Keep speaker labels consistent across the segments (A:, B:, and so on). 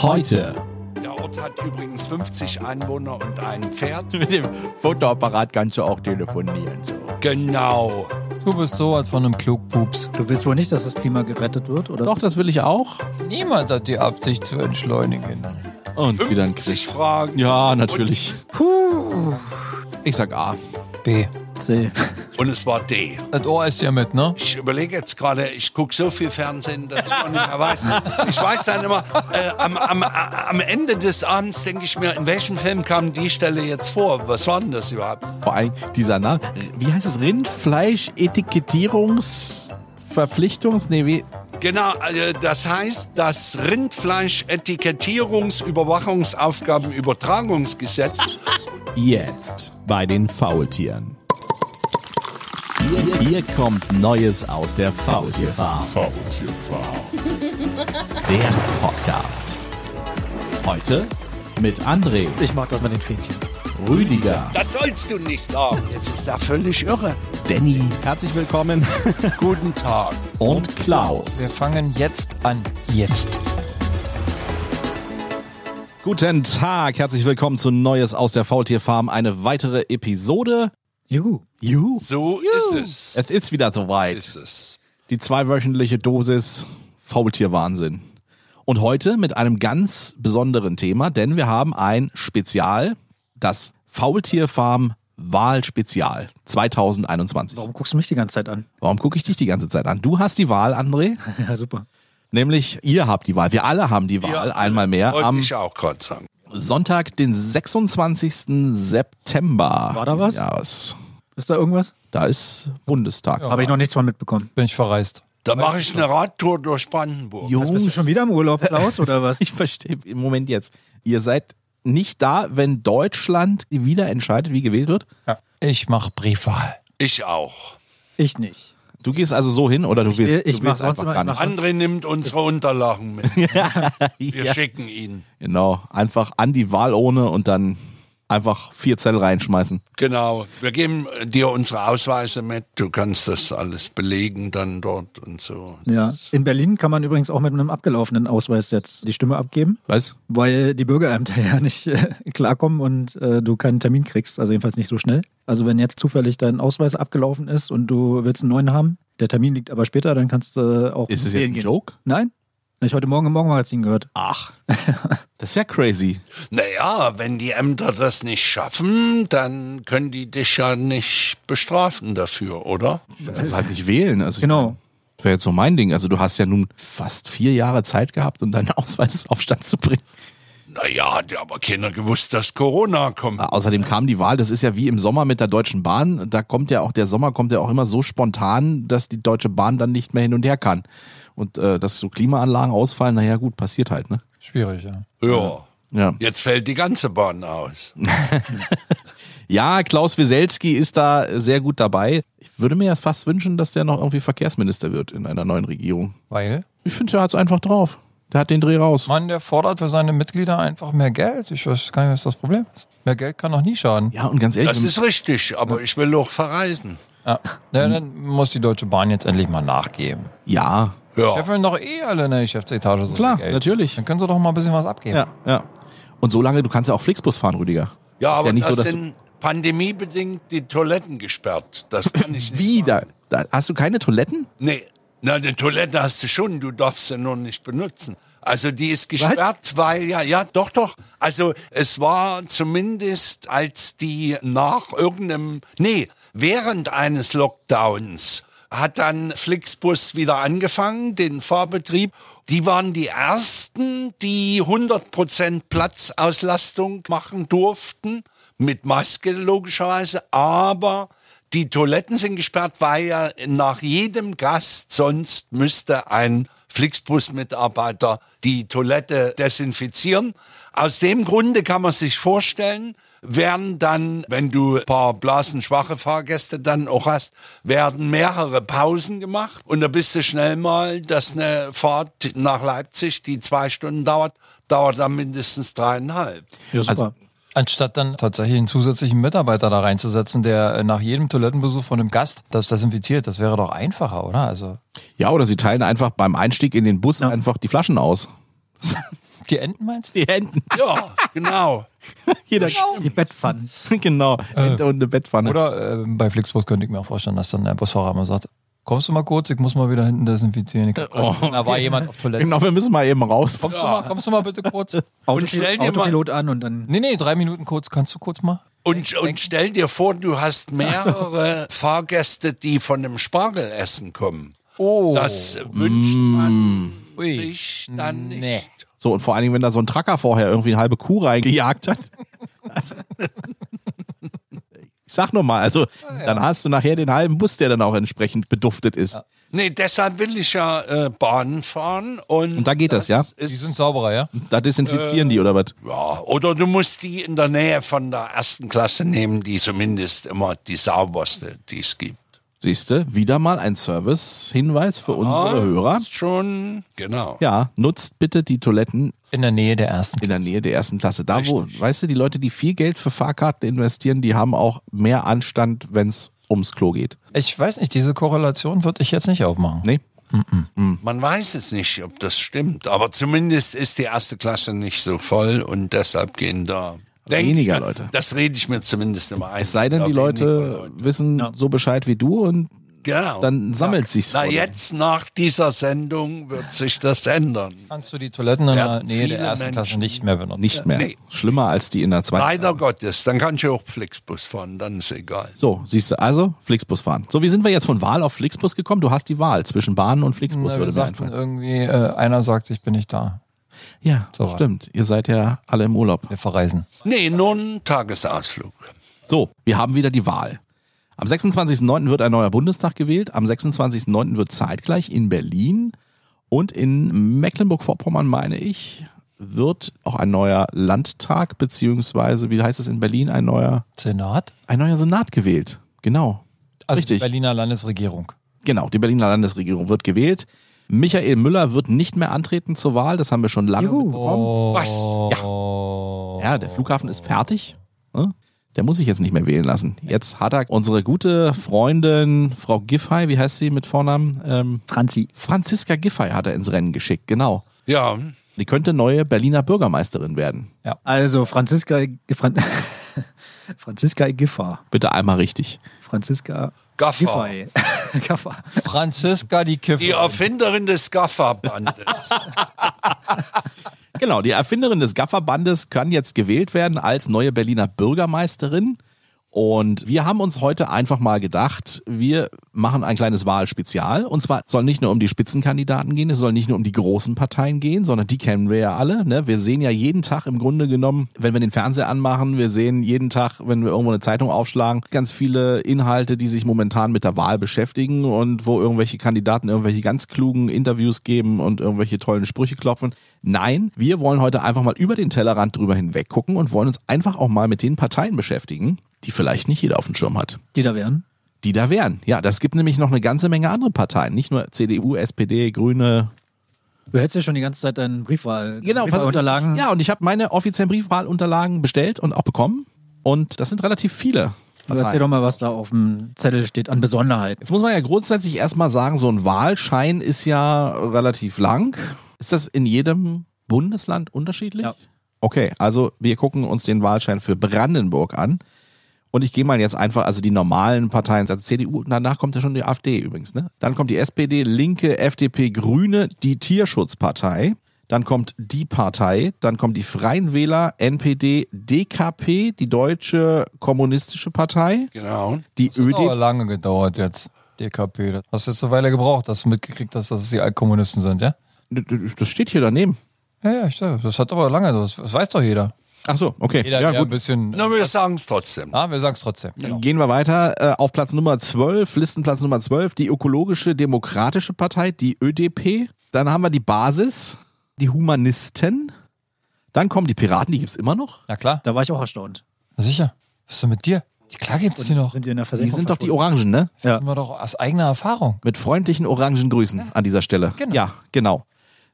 A: Heute.
B: Der Ort hat übrigens 50 Einwohner und ein Pferd.
C: Mit dem Fotoapparat kannst du auch telefonieren. So.
B: Genau.
D: Du bist sowas von einem Klugpups.
E: Du willst wohl nicht, dass das Klima gerettet wird, oder?
A: Doch, das will ich auch.
D: Niemand hat die Absicht zu entschleunigen.
A: Und wieder ein
B: 50
A: Quiz.
B: Fragen.
A: Ja, natürlich.
E: Puh.
A: Ich sag A.
D: B.
E: See.
B: Und es war D.
D: Das Ohr ist ja mit, ne?
B: Ich überlege jetzt gerade, ich gucke so viel Fernsehen, dass ich auch nicht mehr weiß. Ich weiß dann immer, äh, am, am, am Ende des Abends denke ich mir, in welchem Film kam die Stelle jetzt vor? Was war denn das überhaupt?
A: Vor allem dieser Name. Wie heißt es? Rindfleisch-Etikettierungsverpflichtungs... Nee, wie?
B: Genau, also das heißt, das Rindfleisch-Etikettierungs-Überwachungsaufgabenübertragungsgesetz
A: Jetzt bei den Faultieren. Hier, hier kommt Neues aus der Faultierfarm. Der Podcast. Heute mit André,
E: Ich mach das mit den Fähnchen.
A: Rüdiger,
B: Das sollst du nicht sagen. Jetzt ist er völlig irre.
A: Danny. Herzlich willkommen.
B: Guten Tag.
A: Und
D: Wir
A: Klaus.
D: fangen jetzt an. Jetzt.
A: Guten Tag. Herzlich willkommen zu Neues aus der Faultierfarm. Eine weitere Episode.
E: Juhu.
A: Juhu.
B: So ist es.
A: Es ist wieder soweit.
B: Ist es.
A: Die zweiwöchentliche Dosis Faultierwahnsinn. Und heute mit einem ganz besonderen Thema, denn wir haben ein Spezial, das Faultierfarm Wahlspezial 2021.
E: Warum guckst du mich die ganze Zeit an?
A: Warum gucke ich dich die ganze Zeit an? Du hast die Wahl, André.
E: Ja, super.
A: Nämlich ihr habt die Wahl. Wir alle haben die Wahl, einmal mehr.
B: Wollte
A: Am
B: ich auch gerade sagen.
A: Sonntag, den 26. September.
E: War da was?
A: Jahres.
E: Ist da irgendwas?
A: Da ist Bundestag.
E: Habe ich noch nichts von mitbekommen.
D: Bin ich verreist.
B: Da mache ich eine Radtour durch Brandenburg.
A: Jungs,
E: Bist du schon wieder im Urlaub, Klaus, oder was?
A: ich verstehe im Moment jetzt. Ihr seid nicht da, wenn Deutschland wieder entscheidet, wie gewählt wird.
D: Ich mach Briefwahl.
B: Ich auch.
E: Ich nicht.
A: Du gehst also so hin oder du willst,
E: will- ich
A: du willst
E: mach sonst immer- ich mach-
B: André nimmt unsere Unterlagen mit. Wir schicken ihn.
A: Genau, einfach an die Wahl ohne und dann einfach vier Zettel reinschmeißen.
B: Genau. Wir geben dir unsere Ausweise mit. Du kannst das alles belegen dann dort und so.
E: Ja. In Berlin kann man übrigens auch mit einem abgelaufenen Ausweis jetzt die Stimme abgeben,
A: Weißt?
E: weil die Bürgerämter ja nicht äh, klarkommen und äh, du keinen Termin kriegst, also jedenfalls nicht so schnell. Also wenn jetzt zufällig dein Ausweis abgelaufen ist und du willst einen neuen haben, der Termin liegt aber später, dann kannst du äh, auch
A: Ist es
E: wählen
A: jetzt ein
E: gehen.
A: Joke?
E: Nein. Hab Ich heute Morgen im Morgenmagazin gehört.
A: Ach, das ist ja crazy.
B: Naja, wenn die Ämter das nicht schaffen, dann können die dich ja nicht bestrafen dafür, oder?
A: Also halt nicht wählen. Also ich-
E: Genau.
A: Wäre jetzt so mein Ding. Also du hast ja nun fast vier Jahre Zeit gehabt, um deinen Ausweis auf Stand zu bringen.
B: Naja, hat ja aber keiner gewusst, dass Corona kommt.
A: Äh, Außerdem kam die Wahl, das ist ja wie im Sommer mit der Deutschen Bahn. Da kommt ja auch, der Sommer kommt ja auch immer so spontan, dass die Deutsche Bahn dann nicht mehr hin und her kann. Und äh, dass so Klimaanlagen ausfallen, naja gut, passiert halt, ne?
D: Schwierig, ja.
B: Ja.
A: Ja.
B: Jetzt fällt die ganze Bahn aus.
A: ja, Klaus Wieselski ist da sehr gut dabei. Ich würde mir ja fast wünschen, dass der noch irgendwie Verkehrsminister wird in einer neuen Regierung.
D: Weil?
A: Ich finde, der hat es einfach drauf. Der hat den Dreh raus.
D: Mann, der fordert für seine Mitglieder einfach mehr Geld. Ich weiß gar nicht, was das Problem ist. Mehr Geld kann noch nie schaden.
A: Ja, und ganz ehrlich,
B: Das ist richtig, aber ich will doch verreisen.
D: Ja. Ja, dann muss die Deutsche Bahn jetzt endlich mal nachgeben.
A: ja,
B: Ja.
D: Scheffeln doch eh alle in der Geschäftsetage so
A: Klar,
D: viel Geld.
A: natürlich.
D: Dann können sie doch mal ein bisschen was abgeben.
A: ja, ja. Und solange, du kannst ja auch Flixbus fahren, Rüdiger.
B: Ja,
A: Ist
B: aber
A: nicht
B: das
A: so, dass du-
B: sind pandemiebedingt die Toiletten gesperrt. Das kann ich nicht.
A: Wieder. Da, hast du keine Toiletten?
B: Nee, na, eine Toilette hast du schon, du darfst sie nur nicht benutzen. Also die ist gesperrt, weil ja, ja, doch, doch. Also es war zumindest, als die nach irgendeinem, nee, während eines Lockdowns hat dann Flixbus wieder angefangen, den Fahrbetrieb. Die waren die ersten, die 100% Platzauslastung machen durften, mit Maske logischerweise, aber die Toiletten sind gesperrt, weil ja nach jedem Gast sonst müsste ein Flixbus-Mitarbeiter die Toilette desinfizieren. Aus dem Grunde kann man sich vorstellen, werden dann, wenn du ein paar blasenschwache Fahrgäste dann auch hast, werden mehrere Pausen gemacht. Und da bist du schnell mal, dass eine Fahrt nach Leipzig, die zwei Stunden dauert, dauert dann mindestens dreieinhalb.
E: Ja, super.
A: Also-
D: Anstatt dann tatsächlich einen zusätzlichen Mitarbeiter da reinzusetzen, der äh, nach jedem Toilettenbesuch von einem Gast das desinfiziert, das wäre doch einfacher, oder? Also
A: Ja, oder sie teilen einfach beim Einstieg in den Bus einfach die Flaschen aus.
D: Die Enten meinst du?
A: Die Enten.
B: Ja, genau.
A: Jeder
E: Die Bettpfannen.
A: genau. Ente und eine Bettpfanne.
D: Oder äh, bei Flixbus könnte ich mir auch vorstellen, dass dann der Busfahrer immer sagt, kommst du mal kurz, ich muss mal wieder hinten desinfizieren. Ich
A: Oh.
D: Da war jemand auf Toilette.
A: genau, wir müssen mal eben raus.
D: Kommst, du mal, kommst du mal bitte kurz?
E: Autopil
B: stell dir mal-
E: Autopilot an und dann
D: Nee, nee, drei Minuten kurz. Kannst du kurz mal?
B: Und, und stell dir vor, du hast mehrere Fahrgäste, die von dem Spargelessen kommen.
D: Oh.
B: Das wünscht
A: Mm.
B: man
D: Ui.
B: sich dann nicht.
D: Nee.
A: So, und vor allen Dingen, wenn da so ein Tracker vorher irgendwie eine halbe Kuh reingejagt hat. Also- ich sag nur mal, also dann hast du nachher den halben Bus, der dann auch entsprechend beduftet ist.
B: Nee, deshalb will ich ja äh, Bahn fahren und,
A: Und da geht das, ja?
D: Die sind sauberer, ja?
A: Da desinfizieren die oder was?
B: ja. Oder du musst die in der Nähe von der ersten Klasse nehmen, die zumindest immer die sauberste, die es gibt.
A: Siehst du, wieder mal ein Service-Hinweis für unsere Hörer.
B: Ist Schon, genau.
A: Ja, nutzt bitte die Toiletten
D: In der Nähe der ersten.
A: in der Nähe der ersten Klasse. Da, wo, weißt du, die Leute, die viel Geld für Fahrkarten investieren, die haben auch mehr Anstand, wenn es ums Klo geht.
D: Ich weiß nicht, diese Korrelation würde ich jetzt nicht aufmachen.
A: Nee?
B: Man weiß es nicht, ob das stimmt, aber zumindest ist die erste Klasse nicht so voll und deshalb gehen da denk
A: Also Weniger
B: ich mir,
A: Leute.
B: Das rede ich mir zumindest immer ein.
A: Es sei denn,
B: Da
A: die
B: weniger
A: Leute wissen so Bescheid wie du und
B: Genau.
A: dann sammelt sich's.
B: Na,
A: vor dir.
B: jetzt nach dieser Sendung wird sich das ändern.
D: Kannst du die Toiletten in
B: Ja,
D: der Nähe der
B: viele
D: ersten Klasse
B: Menschen-
D: nicht mehr benutzen?
A: Nicht mehr.
B: Nee.
A: Schlimmer als die in der zweiten.
B: Leider Gottes, dann kann ich auch Flixbus fahren, dann ist egal.
A: So, siehst du, also Flixbus fahren. So, wie sind wir jetzt von Wahl auf Flixbus gekommen? Du hast die Wahl zwischen Bahn und Flixbus,
D: Na, wir
A: würde mir
D: sagten
A: einfallen.
D: irgendwie, äh, einer sagt, ich bin nicht da.
A: Ja,
D: So war-
A: stimmt. Ihr seid ja alle im Urlaub.
D: Wir verreisen.
B: Nee, nur ein Tagesausflug.
A: So, wir haben wieder die Wahl. Am 26.09. wird ein neuer Bundestag gewählt. Am 26.09. wird zeitgleich in Berlin und in Mecklenburg-Vorpommern, meine ich, wird auch ein neuer Landtag, beziehungsweise, wie heißt es in Berlin, ein neuer,
D: Senat?
A: ein neuer Senat gewählt. Genau.
D: Also
A: Richtig.
D: Berliner Landesregierung.
A: Genau, die Berliner Landesregierung wird gewählt. Michael Müller wird nicht mehr antreten zur Wahl, das haben wir schon lange
E: Juhu.
A: mitbekommen.
B: Was?
D: Oh.
A: Ja, der Flughafen ist fertig. ne? Der muss sich jetzt nicht mehr wählen lassen. Jetzt hat er unsere gute Freundin, Frau Giffey, wie heißt sie mit Vornamen? Ähm,
E: Franzi.
A: Franziska Giffey hat er ins Rennen geschickt, genau.
B: Ja,
A: Die könnte neue Berliner Bürgermeisterin werden.
E: Also Franziska, Fran Franziska Giffer.
A: Bitte einmal richtig.
E: Franziska
B: Gaffer.
E: Giffey. Gaffer.
D: Franziska die Kiffer.
B: Die Erfinderin des Gafferbandes.
A: Genau, die Erfinderin des Gafferbandes kann jetzt gewählt werden als neue Berliner Bürgermeisterin. Und wir haben uns heute einfach mal gedacht, wir machen ein kleines Wahlspezial. Und zwar soll nicht nur um die Spitzenkandidaten gehen, es soll nicht nur um die großen Parteien gehen, sondern die kennen wir ja alle. Ne? Wir sehen ja jeden Tag im Grunde genommen, wenn wir den Fernseher anmachen, wir sehen jeden Tag, wenn wir irgendwo eine Zeitung aufschlagen, ganz viele Inhalte, die sich momentan mit der Wahl beschäftigen und wo irgendwelche Kandidaten irgendwelche ganz klugen Interviews geben und irgendwelche tollen Sprüche klopfen. Nein, wir wollen heute einfach mal über den Tellerrand drüber hinweg gucken und wollen uns einfach auch mal mit den Parteien beschäftigen, die vielleicht nicht jeder auf dem Schirm hat.
E: Die da wären.
A: Die da wären. Ja, das gibt nämlich noch eine ganze Menge andere Parteien. Nicht nur CDU, SPD, Grüne.
E: Du hättest ja schon die ganze Zeit deinen Briefwahl,
A: Genau, pass auf.
E: Briefwahlunterlagen.
A: Ja, und ich habe meine offiziellen Briefwahlunterlagen bestellt und auch bekommen. Und das sind relativ viele.
E: Du erzähl doch mal, was da auf dem Zettel steht an Besonderheiten.
A: Jetzt muss man ja grundsätzlich erstmal sagen, so ein Wahlschein ist ja relativ lang. Ist das in jedem Bundesland unterschiedlich?
E: Ja.
A: Okay, also wir gucken uns den Wahlschein für Brandenburg an. Und ich gehe mal jetzt einfach, also die normalen Parteien, also CDU, danach kommt ja schon die AfD übrigens, ne? Dann kommt die SPD, Linke, FDP, Grüne, die Tierschutzpartei. Dann kommt die Partei, dann kommt die Freien Wähler, NPD, DKP, die Deutsche Kommunistische Partei,
B: genau.
A: die
D: Hat
A: ÖDP.
D: aber lange gedauert jetzt. DKP. Das hast du jetzt eine Weile gebraucht, dass du mitgekriegt hast, dass es die Altkommunisten sind, ja?
A: Das steht hier daneben.
D: Ja, ja, ich sag, das hat aber lange, das, das weiß doch jeder.
A: Ach so, okay.
D: Jeder,
A: ja,
D: der ein
A: gut.
D: bisschen.
B: Na, wir sagen es trotzdem.
D: Ah, wir sagen es trotzdem. Genau.
A: Gehen wir weiter äh, auf Platz Nummer 12, Listenplatz Nummer 12, die Ökologische Demokratische Partei, die ÖDP. Dann haben wir die Basis, die Humanisten. Dann kommen die Piraten, die gibt es immer noch.
D: Na klar,
E: Da war ich auch erstaunt.
D: sicher. Was ist denn mit dir? Die Klar gibt's die noch.
E: Sind die in der
A: Die
E: Versenkung
A: sind doch die
E: verschwunden?
A: Orangen, ne?
E: Ja.
D: Sind wir doch aus eigener Erfahrung.
A: Mit freundlichen orangen Grüßen an dieser Stelle.
D: Genau.
A: Ja, genau.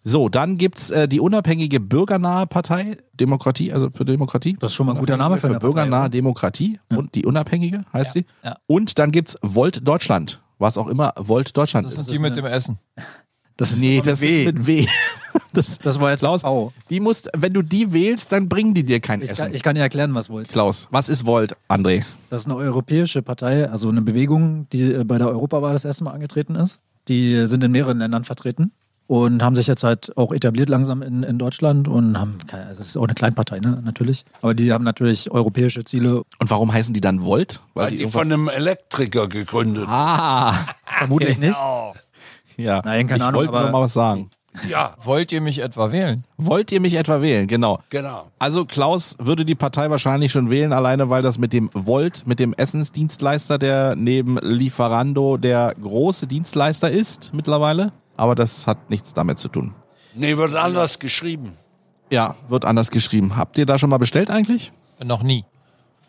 A: So, dann gibt es äh, die unabhängige bürgernahe Partei, Demokratie, also für Demokratie.
E: Das ist schon mal ein guter Name für eine Partei,
A: bürgernahe
E: oder?
A: Demokratie und die unabhängige heißt sie.
D: ja.
A: Und dann gibt es Volt Deutschland, was auch immer Volt Deutschland
D: Das
A: ist.
D: sind die mit dem Essen.
E: Das ist
A: Nee,
E: aber mit
A: das
E: W.
A: ist mit W. Das,
E: Das war jetzt
A: Klaus,
E: V.
A: die musst, wenn du die wählst, dann bringen die dir kein
E: Ich
A: Essen.
E: kann, ich kann ja erklären, was wollt.
A: Klaus, was ist Volt, André?
E: Das ist eine europäische Partei, also eine Bewegung, die äh, bei der Europawahl das erste Mal angetreten ist. Die äh, sind in mehreren Ländern vertreten und haben sich jetzt halt auch etabliert langsam in, in Deutschland und haben, keine- also es ist auch eine Kleinpartei, ne, natürlich. Aber die haben natürlich europäische Ziele,
A: Und warum heißen die dann Volt?
B: Weil die von einem Elektriker gegründet.
A: ah,
E: vermutlich
B: genau.
E: nicht.
A: ja.
E: Nein, keine
A: ich
E: Ahnung,
A: wollte nur
E: aber-
A: mal was sagen.
B: Ja,
D: Wollt ihr mich etwa wählen?
A: Wollt ihr mich etwa wählen? Genau.
B: genau.
A: Also Klaus würde die Partei wahrscheinlich schon wählen, alleine weil das mit dem Volt, mit dem Essensdienstleister, der neben Lieferando der große Dienstleister ist mittlerweile. Aber das hat nichts damit zu tun.
B: Nee, wird anders geschrieben.
A: Ja, wird anders geschrieben. Habt ihr da schon mal bestellt eigentlich?
D: Noch nie.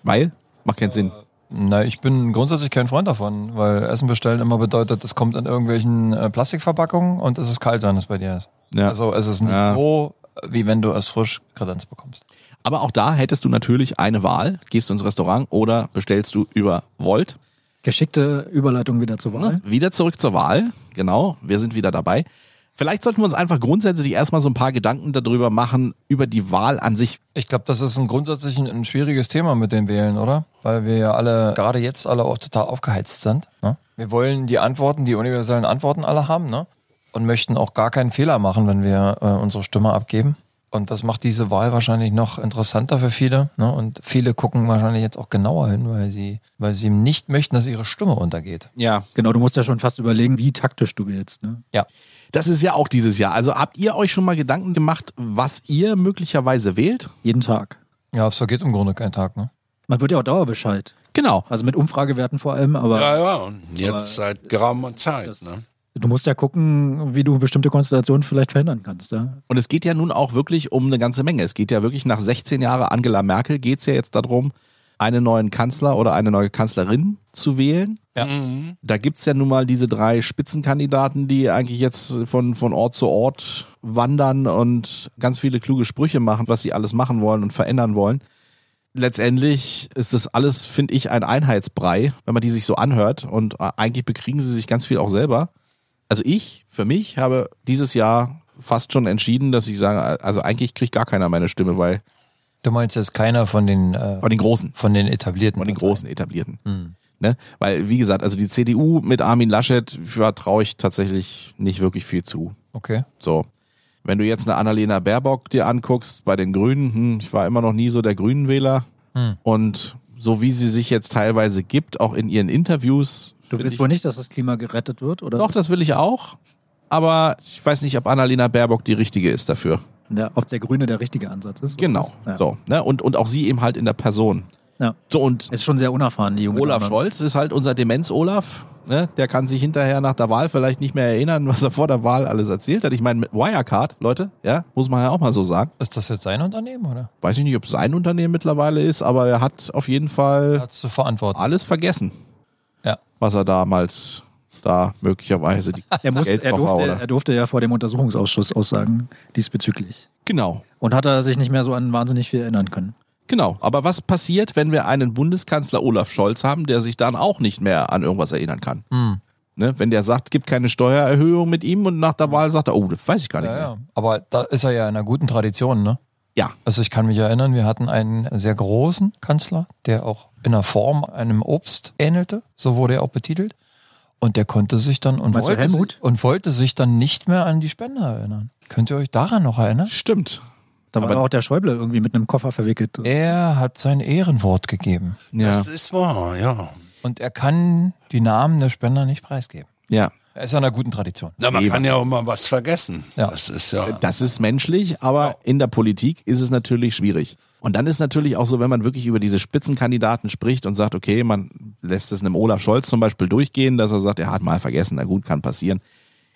A: Weil? Macht keinen Sinn.
D: Na, ich bin grundsätzlich kein Freund davon, weil Essen bestellen immer bedeutet, es kommt in irgendwelchen äh, Plastikverpackungen und es ist kalt, wenn es bei dir ist.
A: Ja.
D: Also es ist nicht
A: Ja.
D: so, wie wenn du es frisch kredenz bekommst.
A: Aber auch da hättest du natürlich eine Wahl. Gehst du ins Restaurant oder bestellst du über Volt? Ne?
E: Geschickte Überleitung wieder zur
B: Ne?
E: Wahl.
A: Wieder zurück zur Wahl. Genau, wir sind wieder dabei. Vielleicht sollten wir uns einfach grundsätzlich erstmal so ein paar Gedanken darüber machen, über die Wahl an sich.
D: Ich glaube, das ist ein grundsätzlich ein, ein schwieriges Thema mit den Wählen, oder? Weil wir ja alle, gerade jetzt alle auch total aufgeheizt sind. Ne? Wir wollen die Antworten, die universellen Antworten alle haben, ne? Und möchten auch gar keinen Fehler machen, wenn wir äh, unsere Stimme abgeben. Und das macht diese Wahl wahrscheinlich noch interessanter für viele. Ne? Und viele gucken wahrscheinlich jetzt auch genauer hin, weil sie, weil sie nicht möchten, dass ihre Stimme untergeht.
A: Ja.
E: Genau, du musst ja schon fast überlegen, wie taktisch du wählst. Ne?
D: Ja.
A: Das ist ja auch dieses Jahr. Also habt ihr euch schon mal Gedanken gemacht, was ihr möglicherweise wählt?
E: Jeden Tag.
D: Ja, es vergeht im Grunde kein Tag, ne?
E: Man wird ja auch Dauerbescheid.
A: Genau.
E: Also mit Umfragewerten vor allem, aber
B: Ja, ja, und jetzt seit geraumer Zeit.
E: das,
B: Ne?
E: du musst ja gucken, wie du bestimmte Konstellationen vielleicht verhindern kannst. Ja?
A: Und es geht ja nun auch wirklich um eine ganze Menge. Es geht ja wirklich nach 16 Jahren Angela Merkel geht es ja jetzt darum, einen neuen Kanzler oder eine neue Kanzlerin zu wählen.
D: Ja.
A: Da gibt es ja nun mal diese drei Spitzenkandidaten, die eigentlich jetzt von, von Ort zu Ort wandern und ganz viele kluge Sprüche machen, was sie alles machen wollen und verändern wollen. Letztendlich ist das alles, finde ich, ein Einheitsbrei, wenn man die sich so anhört. Und äh, eigentlich bekriegen sie sich ganz viel auch selber. Also ich, für mich, habe dieses Jahr fast schon entschieden, dass ich sage, also eigentlich kriegt gar keiner meine Stimme, weil
D: Du meinst jetzt keiner von den, äh,
A: von den Großen,
D: von den etablierten.
A: von den
D: Parteien.
A: Großen etablierten.
E: Hm.
A: Ne? Weil, wie gesagt, also die CDU mit Armin Laschet ja, traue ich tatsächlich nicht wirklich viel zu.
D: Okay.
A: So. Wenn du jetzt eine Annalena Baerbock dir anguckst bei den Grünen, hm, ich war immer noch nie so der Grünenwähler.
E: Hm.
A: Und so wie sie sich jetzt teilweise gibt, auch in ihren Interviews.
E: Du
A: find
E: willst
A: ich,
E: wohl nicht, dass das Klima gerettet wird, oder?
A: Doch, das will ich auch. Aber ich weiß nicht, ob Annalena Baerbock die richtige ist dafür.
E: Ja, ob der Grüne der richtige Ansatz ist. oder
A: Genau.
E: was? Ja.
A: So. Ne? Und, und auch sie eben halt in der Person.
E: Ja.
A: So, und
E: Ist schon sehr unerfahren, die junge
A: Olaf
E: Dame.
A: Scholz ist halt unser Demenz-Olaf. Ne? Der kann sich hinterher nach der Wahl vielleicht nicht mehr erinnern, was er vor der Wahl alles erzählt hat. Ich meine, mit Wirecard, Leute, ja, muss man ja auch mal so sagen.
D: Ist das jetzt sein Unternehmen, oder?
A: Weiß ich nicht, ob es sein Unternehmen mittlerweile ist, aber er hat auf jeden Fall
D: Hat zu verantworten.
A: alles vergessen.
D: Ja.
A: Was er damals da möglicherweise die
E: Er, muss, er,
A: Geldkoffer
E: durfte,
A: oder.
E: er durfte ja vor dem Untersuchungsausschuss aussagen diesbezüglich.
A: Genau.
E: Und hat er sich nicht mehr so an wahnsinnig viel erinnern können.
A: Genau, aber was passiert, wenn wir einen Bundeskanzler Olaf Scholz haben, der sich dann auch nicht mehr an irgendwas erinnern kann? Ne? Wenn der sagt, gibt keine Steuererhöhung mit ihm und nach der Wahl sagt er, oh, das weiß ich gar nicht
D: Ja,
A: mehr.
D: ja. Aber da ist er ja in einer guten Tradition, ne?
A: Ja,
D: Also ich kann mich erinnern, wir hatten einen sehr großen Kanzler, der auch in der Form einem Obst ähnelte, so wurde er auch betitelt. Und der konnte sich dann und
E: Meinst du
D: wollte,
E: Helmut?
D: Sich, und wollte sich dann nicht mehr an die Spender erinnern. Könnt ihr euch daran noch erinnern?
A: stimmt.
E: Da war
A: Aber-
E: auch der Schäuble irgendwie mit einem Koffer verwickelt.
D: Er hat sein Ehrenwort gegeben.
A: Ja,
B: Das ist wahr, ja.
D: Und er kann die Namen der Spender nicht preisgeben.
A: ja.
D: Er ist in einer guten Tradition.
B: Na, man
A: Eben.
B: kann ja auch mal was vergessen.
D: Ja.
B: Das ist ja.
A: Das ist menschlich, aber in der Politik ist es natürlich schwierig. Und dann ist natürlich auch so, wenn man wirklich über diese Spitzenkandidaten spricht und sagt, okay, man lässt es einem Olaf Scholz zum Beispiel durchgehen, dass er sagt, er hat mal vergessen, na gut, kann passieren.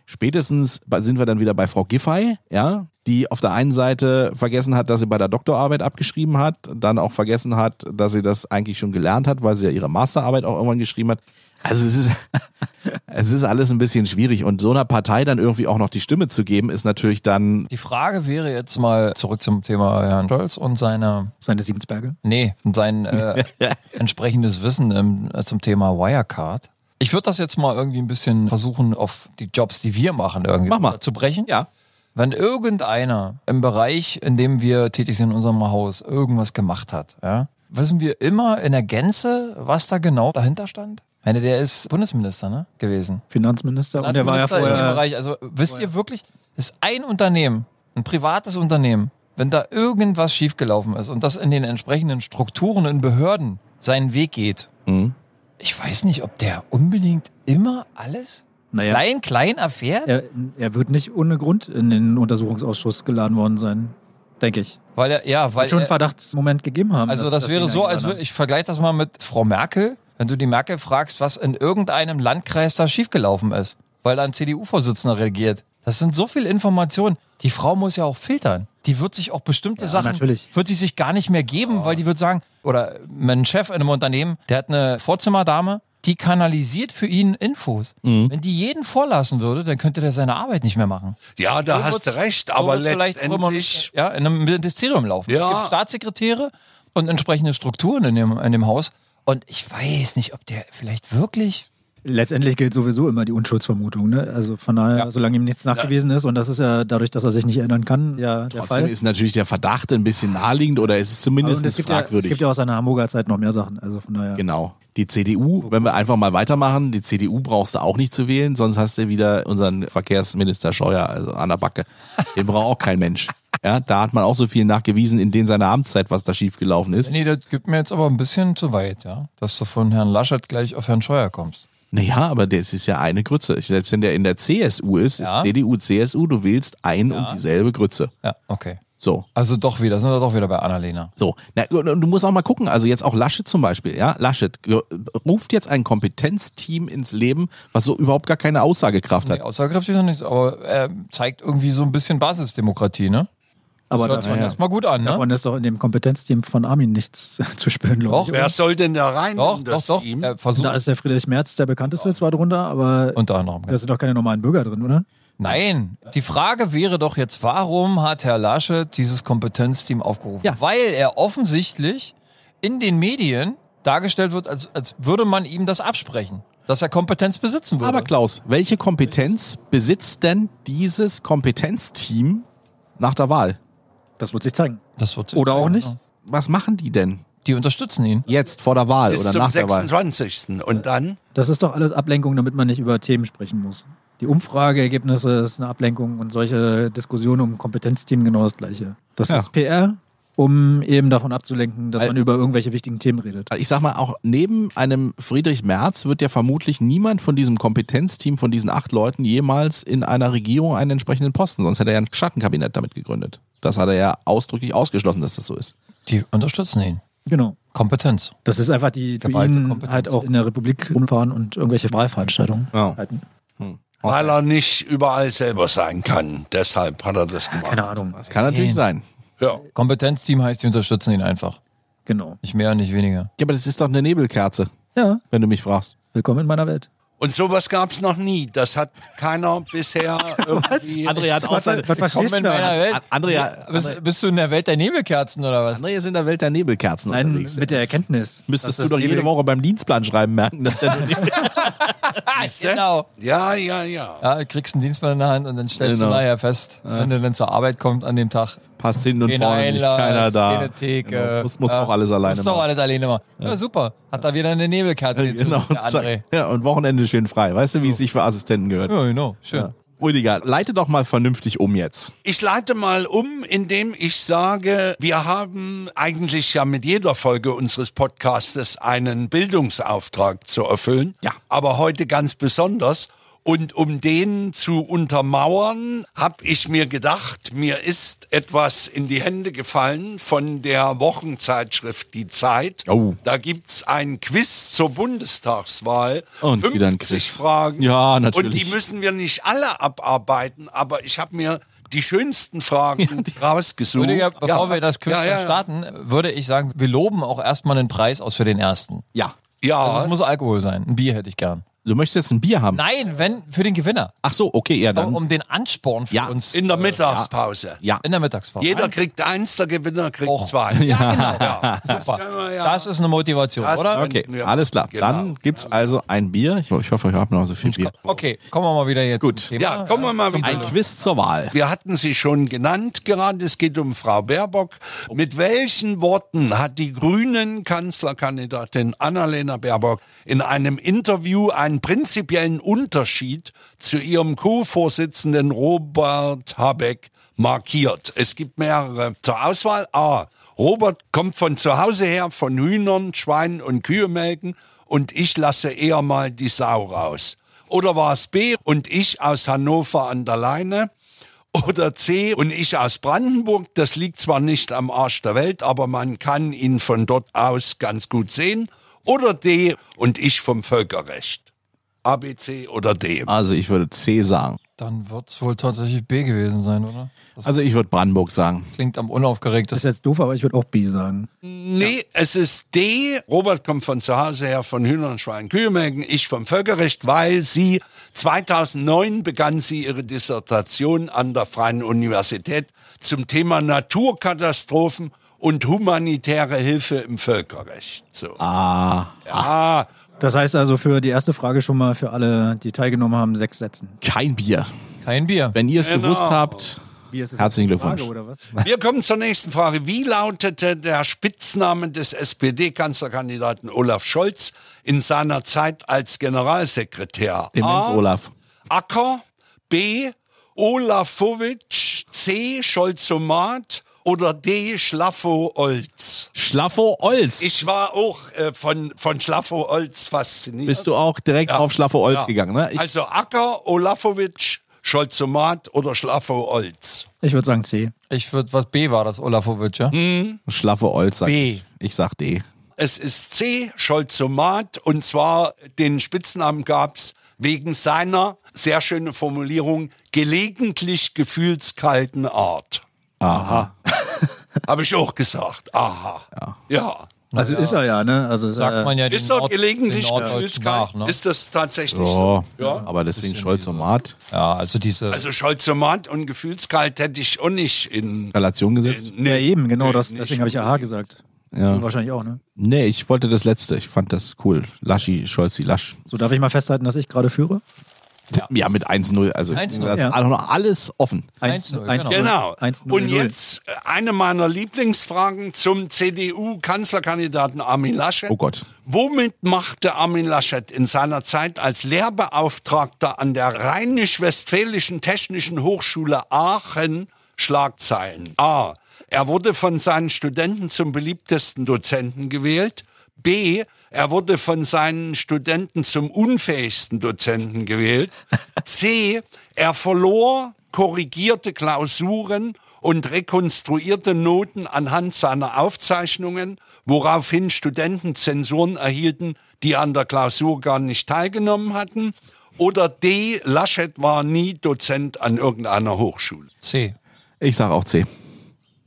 A: Spätestens bei- sind wir dann wieder bei Frau Giffey, ja, die auf der einen Seite vergessen hat, dass sie bei der Doktorarbeit abgeschrieben hat, dann auch vergessen hat, dass sie das eigentlich schon gelernt hat, weil sie ja ihre Masterarbeit auch irgendwann geschrieben hat. Also es ist, es ist alles ein bisschen schwierig und so einer Partei dann irgendwie auch noch die Stimme zu geben, ist natürlich dann
D: Die Frage wäre jetzt mal zurück zum Thema Herrn Scholz und seiner
E: Seine Siebensberge.
D: Nee, sein äh, entsprechendes Wissen im, äh, zum Thema ähm, Wirecard. Ich würde das jetzt mal irgendwie ein bisschen versuchen, auf die Jobs, die wir machen, irgendwie
A: Mach mal.
D: zu brechen.
A: Ja.
D: Wenn irgendeiner im Bereich, in dem wir tätig sind, in unserem Haus, irgendwas gemacht hat, ja, wissen wir immer in der Gänze, was da genau dahinter stand? Ich Meine, der ist Bundesminister, ne? Gewesen.
E: Finanzminister. Und der war ja
D: Finanzminister in dem
E: vorher.
D: Bereich. Also wisst ihr wirklich, ist ein Unternehmen, ein privates Unternehmen, wenn da irgendwas schiefgelaufen ist und das in den entsprechenden Strukturen in Behörden seinen Weg geht,
A: Mhm.
D: ich weiß nicht, ob der unbedingt immer alles
E: Naja,
D: klein, klein erfährt,
E: er, er wird nicht ohne Grund in den Untersuchungsausschuss geladen worden sein, denke ich.
D: weil er, ja, weil
E: Wird schon einen
D: er,
E: Verdachtsmoment gegeben haben.
D: also das,
E: dass
D: wäre
E: ihn
D: so, als
E: eingeladen
D: würde ich vergleiche das mal mit Frau Merkel, wenn du die Merkel fragst, was in irgendeinem Landkreis da schiefgelaufen ist, weil da ein CDU-Vorsitzender regiert. Das sind so viele Informationen. Die Frau muss ja auch filtern. Die wird sich auch bestimmte Sachen,
E: natürlich.
D: wird sie sich gar nicht mehr geben, weil die wird sagen, oder mein Chef in einem Unternehmen, der hat eine Vorzimmerdame, die kanalisiert für ihn Infos. Wenn die jeden vorlassen würde, dann könnte der seine Arbeit nicht mehr machen.
B: Ja, da
D: So
B: hast du
D: wird's-
B: recht,
D: so
B: aber
D: wird's vielleicht auch immer
B: letztendlich.
D: mit- ja, in einem Ministerium laufen.
B: Ja.
D: Es gibt Staatssekretäre und entsprechende Strukturen in dem, in dem Haus. Und ich weiß nicht, ob der vielleicht wirklich.
E: Letztendlich gilt sowieso immer die Unschuldsvermutung. Ne? Also von daher, solange ihm nichts nachgewiesen ist, und das ist ja dadurch, dass er sich nicht ändern kann, ja der
A: Trotzdem
E: Fall.
A: ist natürlich der Verdacht ein bisschen naheliegend oder es ist
E: Aber
A: zumindest
E: und es, gibt ja, es
A: fragwürdig.
E: gibt ja aus seiner Hamburger Zeit noch mehr Sachen. Also von daher.
A: Genau. Die CDU, wenn wir einfach mal weitermachen, die CDU brauchst du auch nicht zu wählen, sonst hast du wieder unseren Verkehrsminister Scheuer also an der Backe. Den braucht auch kein Mensch. Ja, da hat man auch so viel nachgewiesen in den seiner Amtszeit, was da schiefgelaufen ist.
D: Nee, das gibt mir jetzt aber ein bisschen zu weit, ja. Dass du von Herrn Laschet gleich auf Herrn Scheuer kommst.
A: Naja, aber das ist ja eine Grütze. Selbst wenn der in der CSU ist,
D: Ja.
A: ist CDU, CSU, du wählst ein und dieselbe Grütze.
D: Ja, okay.
A: So.
D: Also doch wieder, sind wir doch wieder bei Annalena.
A: So, Na, und und du musst auch mal gucken, also jetzt auch Laschet zum Beispiel, ja, Laschet ge- ruft jetzt ein Kompetenzteam ins Leben, was so überhaupt gar keine Aussagekraft
D: Nee,
A: hat.
D: aussagekräftig ist noch nichts, aber er zeigt irgendwie so ein bisschen Basisdemokratie, ne?
E: Aber
D: Hört
E: das
D: sich ja, erstmal gut an, ne?
E: davon ist doch in dem Kompetenzteam von Armin nichts zu spüren, glaube
D: Doch,
E: ich.
B: Wer soll denn da rein?
D: Doch,
B: in
D: doch,
B: das
D: doch.
B: Team?
D: Er versucht
E: Da ist der Friedrich Merz der bekannteste zwar drunter, aber
D: unter anderem.
E: da sind doch keine normalen Bürger drin, oder?
D: Nein, die Frage wäre doch jetzt, warum hat Herr Laschet dieses Kompetenzteam aufgerufen?
A: Ja.
D: Weil er offensichtlich in den Medien dargestellt wird, als, als würde man ihm das absprechen, dass er Kompetenz besitzen würde.
A: Aber Klaus, welche Kompetenz besitzt denn dieses Kompetenzteam nach der Wahl?
E: Das wird sich zeigen.
D: das wird sich
E: Oder auch
D: zeigen,
E: nicht.
D: ja.
A: Was machen die denn
D: Die unterstützen ihn.
A: jetzt vor der Wahl
B: Bis
A: oder
B: zum
A: nach der Wahl?
B: 26. Und dann?
E: Das ist doch alles Ablenkung, damit man nicht über Themen sprechen muss. Die Umfrageergebnisse ist eine Ablenkung und solche Diskussionen um Kompetenzteam genau das gleiche. Das
A: Ja.
E: ist PR, um eben davon abzulenken, dass man über irgendwelche wichtigen Themen redet.
A: Ich sag mal, auch neben einem Friedrich Merz wird ja vermutlich niemand von diesem Kompetenzteam, von diesen acht Leuten jemals in einer Regierung einen entsprechenden Posten. Sonst hätte er ja ein Schattenkabinett damit gegründet. Das hat er ja ausdrücklich ausgeschlossen, dass das so ist.
D: Die unterstützen ihn.
E: Genau.
D: Kompetenz.
E: Das ist einfach die für
D: Geballte
E: ihn
D: Kompetenz.
E: halt auch in der Republik rumfahren und irgendwelche Wahlveranstaltungen
A: Ja.
E: halten.
B: Weil er nicht überall selber sein kann. Deshalb hat er das gemacht.
E: Keine Ahnung.
A: Das kann natürlich sein.
B: Ja.
D: Kompetenzteam heißt, die unterstützen ihn einfach.
E: Genau.
D: Nicht mehr, nicht weniger.
A: Ja, aber das ist doch eine Nebelkerze,
E: Ja,
A: wenn du mich fragst.
E: willkommen in meiner Welt.
B: Und sowas gab es noch nie. Das hat keiner bisher irgendwie.
A: hat
E: verstehst
D: Komm in meiner Welt.
A: Andrea,
D: Bist, bist du in der Welt der Nebelkerzen oder was?
A: Andrea ist in der Welt der Nebelkerzen
E: Nein,
A: unterwegs.
E: mit der Erkenntnis.
A: Müsstest
E: dass
A: du doch
E: das
A: jede
E: ewig-
A: Woche beim Dienstplan schreiben merken, dass der
D: Genau.
B: Ja, ja, ja.
D: Ja, du kriegst einen Dienstplan in der Hand und dann stellst
A: Genau.
D: du nachher fest, wenn du dann zur Arbeit kommst an dem Tag,
A: passt hin und
D: Kein
A: vorne nicht,
D: Einlass,
A: keiner da.
D: Keine Theke.
A: Genau. Muss, muss doch alles alleine
D: Muss doch
A: machen.
D: alles alleine machen. Ja, super. Hat da wieder eine Nebelkarte gezogen,
A: Genau,
D: der André.
A: zack. ja, und Wochenende schön frei. Weißt du, wie es sich für Assistenten gehört?
D: Ja, genau. Schön.
A: Rüdiger, leite doch mal vernünftig um jetzt.
B: Ich leite mal um, indem ich sage, wir haben eigentlich ja mit jeder Folge unseres Podcastes einen Bildungsauftrag zu erfüllen.
A: Ja.
B: Aber heute ganz besonders. Und um den zu untermauern, habe ich mir gedacht, mir ist etwas in die Hände gefallen von der Wochenzeitschrift Die Zeit.
A: Oh.
B: Da gibt's ein Quiz zur Bundestagswahl.
A: Und
B: 50
A: wieder ein Quiz.
B: Fragen.
A: Ja,
B: Und die
A: natürlich.
B: müssen wir nicht alle abarbeiten, aber ich habe mir die schönsten Fragen rausgesucht.
D: Rüdiger, bevor
B: ja,
D: wir das Quiz
B: ja, ja,
D: dann starten, würde ich sagen, wir loben auch erstmal den Preis aus für den ersten.
A: Ja.
B: Ja,
D: Also es muss Alkohol sein. Ein Bier hätte ich gern.
A: Du möchtest jetzt ein Bier haben?
D: Nein, wenn für den Gewinner.
A: Ach so, okay, ja dann.
D: Um, um den Ansporn für
A: Ja.
D: uns
B: In der Mittagspause.
A: ja.
D: in der Mittagspause.
B: Jeder kriegt eins, der Gewinner kriegt
D: Och.
B: zwei.
D: ja, genau.
B: Ja.
D: Super.
B: kann man ja-
D: Das ist eine Motivation,
B: Das-
D: oder?
A: Okay,
B: Ja.
A: alles klar.
B: Genau.
A: Dann gibt's also ein Bier. Ich, ich hoffe, ich habe noch so viel Bier.
D: Okay, kommen wir mal wieder jetzt
A: Gut.
D: zum Thema.
B: Ja, kommen wir mal
A: Ein
B: wieder.
A: Quiz zur Wahl.
B: Wir hatten sie schon genannt gerade, es geht um Frau Baerbock. Mit welchen Worten hat die grünen Kanzlerkandidatin Annalena Baerbock in einem Interview einen prinzipiellen Unterschied zu ihrem Co-Vorsitzenden Robert Habeck markiert? Es gibt mehrere zur Auswahl. A. Robert kommt von zu Hause her, von Hühnern, Schweinen und Kühe melken und ich lasse eher mal die Sau raus. Oder war es B und ich aus Hannover an der Leine? Oder C und ich aus Brandenburg. Das liegt zwar nicht am Arsch der Welt, aber man kann ihn von dort aus ganz gut sehen. Oder D und ich vom Völkerrecht. A, B, C oder D.
A: Also ich würde C sagen.
D: Dann wird es wohl tatsächlich B gewesen sein, oder? Das
A: Also ich würde Brandenburg sagen.
D: klingt am
E: Das ist
D: unaufgeregtesten.
E: jetzt doof, aber ich würde auch B sagen.
B: Nee, es ist D. Robert kommt von zu Hause her von Hühnern, Schweinen, Kühe melken. Ich vom Völkerrecht, weil sie 2009 begann sie ihre Dissertation an der Freien Universität zum Thema Naturkatastrophen und humanitäre Hilfe im Völkerrecht. So.
A: Ah,
B: Ja,
E: Das heißt also für die erste Frage schon mal für alle, die teilgenommen haben, sechs Sätzen.
A: kein Bier.
D: Kein Bier.
A: Wenn ihr es
B: Genau.
A: gewusst habt,
E: Wie ist es
A: Herzlichen
E: jetzt die
A: Glückwunsch.
E: Frage, oder was?
B: Wir kommen zur nächsten Frage. Wie lautete der Spitzname des SPD-Kanzlerkandidaten Olaf Scholz in seiner Zeit als Generalsekretär?
A: Demenz
B: A.
A: Olaf.
B: Acker, B. Olafowitsch, C. Scholzomat oder D. Schlaffo-Olz?
A: Schlaffo Olz.
B: Ich war auch äh, von, von Schlaffo-Olz fasziniert.
A: Bist du auch direkt auf Schlaffo Olz gegangen, ne? Ich,
B: also Acker, Olafowitsch, Scholzomat oder Schlaffo-Olz?
E: Ich würde sagen C.
D: Ich würde, was B war das, Olafowitsch, ja?
B: Hm.
A: Schlaffo Olz sag
D: B.
A: ich. Ich sag D.
B: Es ist C, Scholzomat, und zwar den Spitznamen gab's wegen seiner, sehr schöne Formulierung, gelegentlich gefühlskalten Art.
A: Aha.
B: Habe ich auch gesagt. Aha. Ja.
E: Also ist er ja, ne? Also
D: Sagt man ja den
B: Ist doch
D: Nord-
B: gelegentlich
D: den Norddeutschen
B: gefühlskalt.
D: nach, ne?
B: Ist das tatsächlich
A: So.
B: so? Ja.
A: Oh. Aber deswegen Scholzomat.
D: Ja, also diese.
B: Also Scholzomat und gefühlskalt hätte ich auch nicht in.
A: Relation gesetzt?
E: ja eben, genau, das,
B: nicht
E: deswegen habe ich AH gesagt.
A: Ja.
E: Du wahrscheinlich auch, ne?
A: Nee, ich wollte das letzte. Ich fand das cool. Laschi, Scholzi, Lasch.
E: So, darf ich mal festhalten, dass ich gerade führe?
A: Ja, mit 1-0. Also,
D: 1-0,
A: das ist
E: ja.
A: auch noch alles offen.
D: 1-0, genau.
B: Genau.
E: 1
B: Und jetzt äh, eine meiner Lieblingsfragen zum CDU-Kanzlerkandidaten Armin Laschet.
A: Oh Gott.
B: Womit machte Armin Laschet in seiner Zeit als Lehrbeauftragter an der Rheinisch-Westfälischen Technischen Hochschule Aachen Schlagzeilen? A. Er wurde von seinen Studenten zum beliebtesten Dozenten gewählt. B. Er wurde von seinen Studenten zum unfähigsten Dozenten gewählt. C. Er verlor korrigierte Klausuren und rekonstruierte Noten anhand seiner Aufzeichnungen, woraufhin Studenten Zensuren erhielten, die an der Klausur gar nicht teilgenommen hatten. Oder D. Laschet war nie Dozent an irgendeiner Hochschule.
D: C.
A: Ich sag auch C.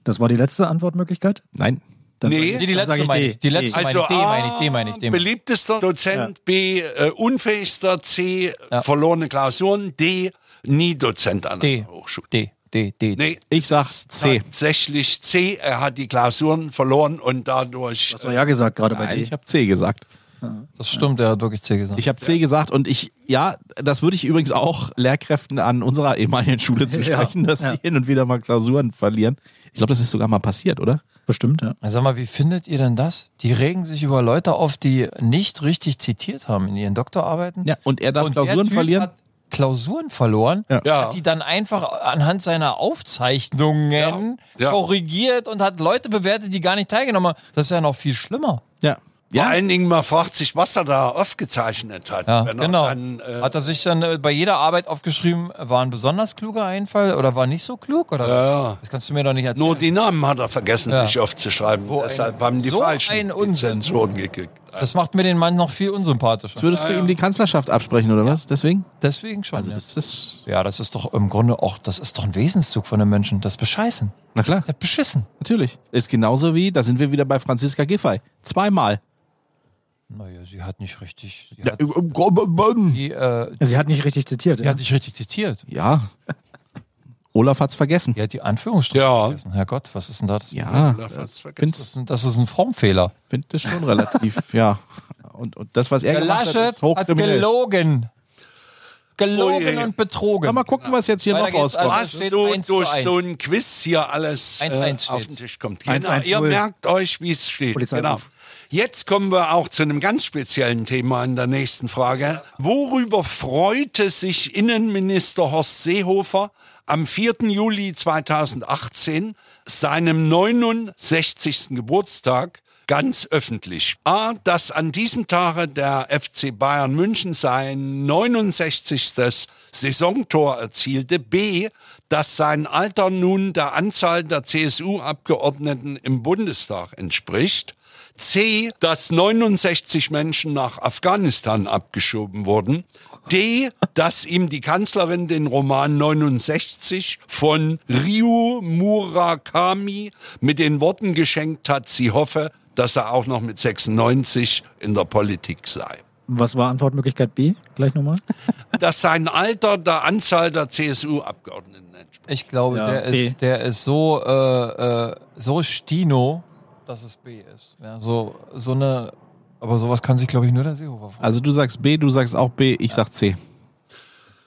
E: Das war die letzte Antwortmöglichkeit?
A: Nein.
E: Dann
B: Nee. also
E: weiß
D: Die,
E: ich-
D: die
E: dann sag
D: letzte meine
E: D.
D: ich.
E: D.
D: Die letzte meine ich. D meine ich, D meine ich, D meine ich.
B: beliebtester Dozent, B. Äh, unfähigster, C. Verlorene Klausuren, D. Nie Dozent an
D: D.
B: einer Hochschule.
D: D, D, D.
B: Oh, Nee,
A: Ich sag C.
B: tatsächlich C. Er hat die Klausuren verloren und dadurch äh,
E: Das war ja gesagt gerade bei
A: Nein,
E: D.
A: ich habe C gesagt.
D: Das stimmt, er hat wirklich C gesagt.
A: Ich habe C gesagt und ich, ja, das würde ich übrigens auch Lehrkräften an unserer ehemaligen Schule zusprechen,
E: Ja.
A: dass
E: Ja.
A: die hin und wieder mal Klausuren verlieren. Ich glaube, das ist sogar mal passiert, oder?
E: Bestimmt, ja.
D: Sag mal, wie findet ihr denn das? Die regen sich über Leute auf, die nicht richtig zitiert haben in ihren Doktorarbeiten.
A: Ja, und er darf
D: Und der
A: Klausuren
D: Typ
A: verlieren.
D: Hat Klausuren verloren,
B: Ja.
D: hat die dann einfach anhand seiner Aufzeichnungen
B: Ja.
D: korrigiert und hat Leute bewertet, die gar nicht teilgenommen haben. Das ist ja noch viel schlimmer.
A: ja.
B: Vor
A: Ja,
B: allen Dingen, man fragt sich, was er da aufgezeichnet hat.
D: Ja,
B: Wenn
D: genau.
B: Er dann, äh,
D: hat er sich dann äh, bei jeder Arbeit aufgeschrieben, war ein besonders kluger Einfall oder war nicht so klug? Oder was? Das kannst du mir doch nicht erzählen.
B: nur die Namen hat er vergessen,
D: Ja.
B: sich aufzuschreiben.
D: Wo
B: Deshalb
D: ein-
B: haben die
D: so
B: Falschen
D: ein
B: die
D: Unsinn.
B: Zensuren gekriegt.
D: das macht mir den Mann noch viel unsympathischer.
A: würdest du ihm die Kanzlerschaft absprechen, oder was? Deswegen?
D: Deswegen schon.
B: Also
D: ja.
A: Das ist,
D: ja, das ist doch im Grunde auch, das ist doch ein Wesenszug von einem Menschen, das Bescheißen.
A: na klar,
D: Der hat beschissen.
A: natürlich. Ist genauso wie, da sind wir wieder bei Franziska Giffey. Zweimal.
D: Naja, sie hat nicht richtig. Sie
A: Ja,
D: hat, die, äh,
E: Sie hat nicht richtig zitiert.
D: die hat nicht richtig zitiert.
A: ja. Olaf hat's vergessen.
D: Die hat die Anführungsstriche
B: Ja.
D: vergessen. Herrgott, was ist denn da? Das,
A: Ja,
B: Olaf
A: äh,
B: hat's vergessen.
A: find's-
D: das, ist, ein- das ist ein Formfehler.
A: finde das schon relativ, ja. Und, und das, was er
D: Der
A: gemacht hat,
D: Laschet
A: ist
D: hat
A: hochkriminell.
D: gelogen. Gelogen
B: Ui.
D: und betrogen.
A: Mal, mal gucken, was jetzt hier
D: Weiter
A: noch
D: geht's,
A: rauskommt.
D: also-
B: was
D: steht
B: so
D: eins zu
B: durch
D: eins.
B: so ein Quiz hier alles
D: Eins zu
B: äh,
D: eins
B: auf den
D: steht's.
B: Tisch kommt.
E: Eins
B: Genau,
E: eins
B: ihr
E: null.
B: merkt euch, wie es steht. Genau.
E: Polizeiruf.
B: Jetzt kommen wir auch zu einem ganz speziellen Thema in der nächsten Frage. Worüber freute sich Innenminister Horst Seehofer am 4. Juli 2018, seinem 69. Geburtstag, ganz öffentlich? A, dass an diesem Tage der FC Bayern München sein 69. Saisontor erzielte. B, dass sein Alter nun der Anzahl der CSU-Abgeordneten im Bundestag entspricht. C, dass 69 Menschen nach Afghanistan abgeschoben wurden. D, dass ihm die Kanzlerin den Roman 69 von Ryu Murakami mit den Worten geschenkt hat, sie hoffe, dass er auch noch mit 96 in der Politik sei.
E: Was war Antwortmöglichkeit B? Gleich nochmal.
B: Dass sein Alter der Anzahl der CSU-Abgeordneten entspricht.
D: Ich glaube,
E: Ja,
D: der,
E: B.
D: ist, der ist so, äh, äh, so Stino, dass es B ist. Ja, so, so eine. Aber sowas kann sich, glaube ich, nur der Seehofer fragen.
A: Also du sagst B, du sagst auch B, ich sag C.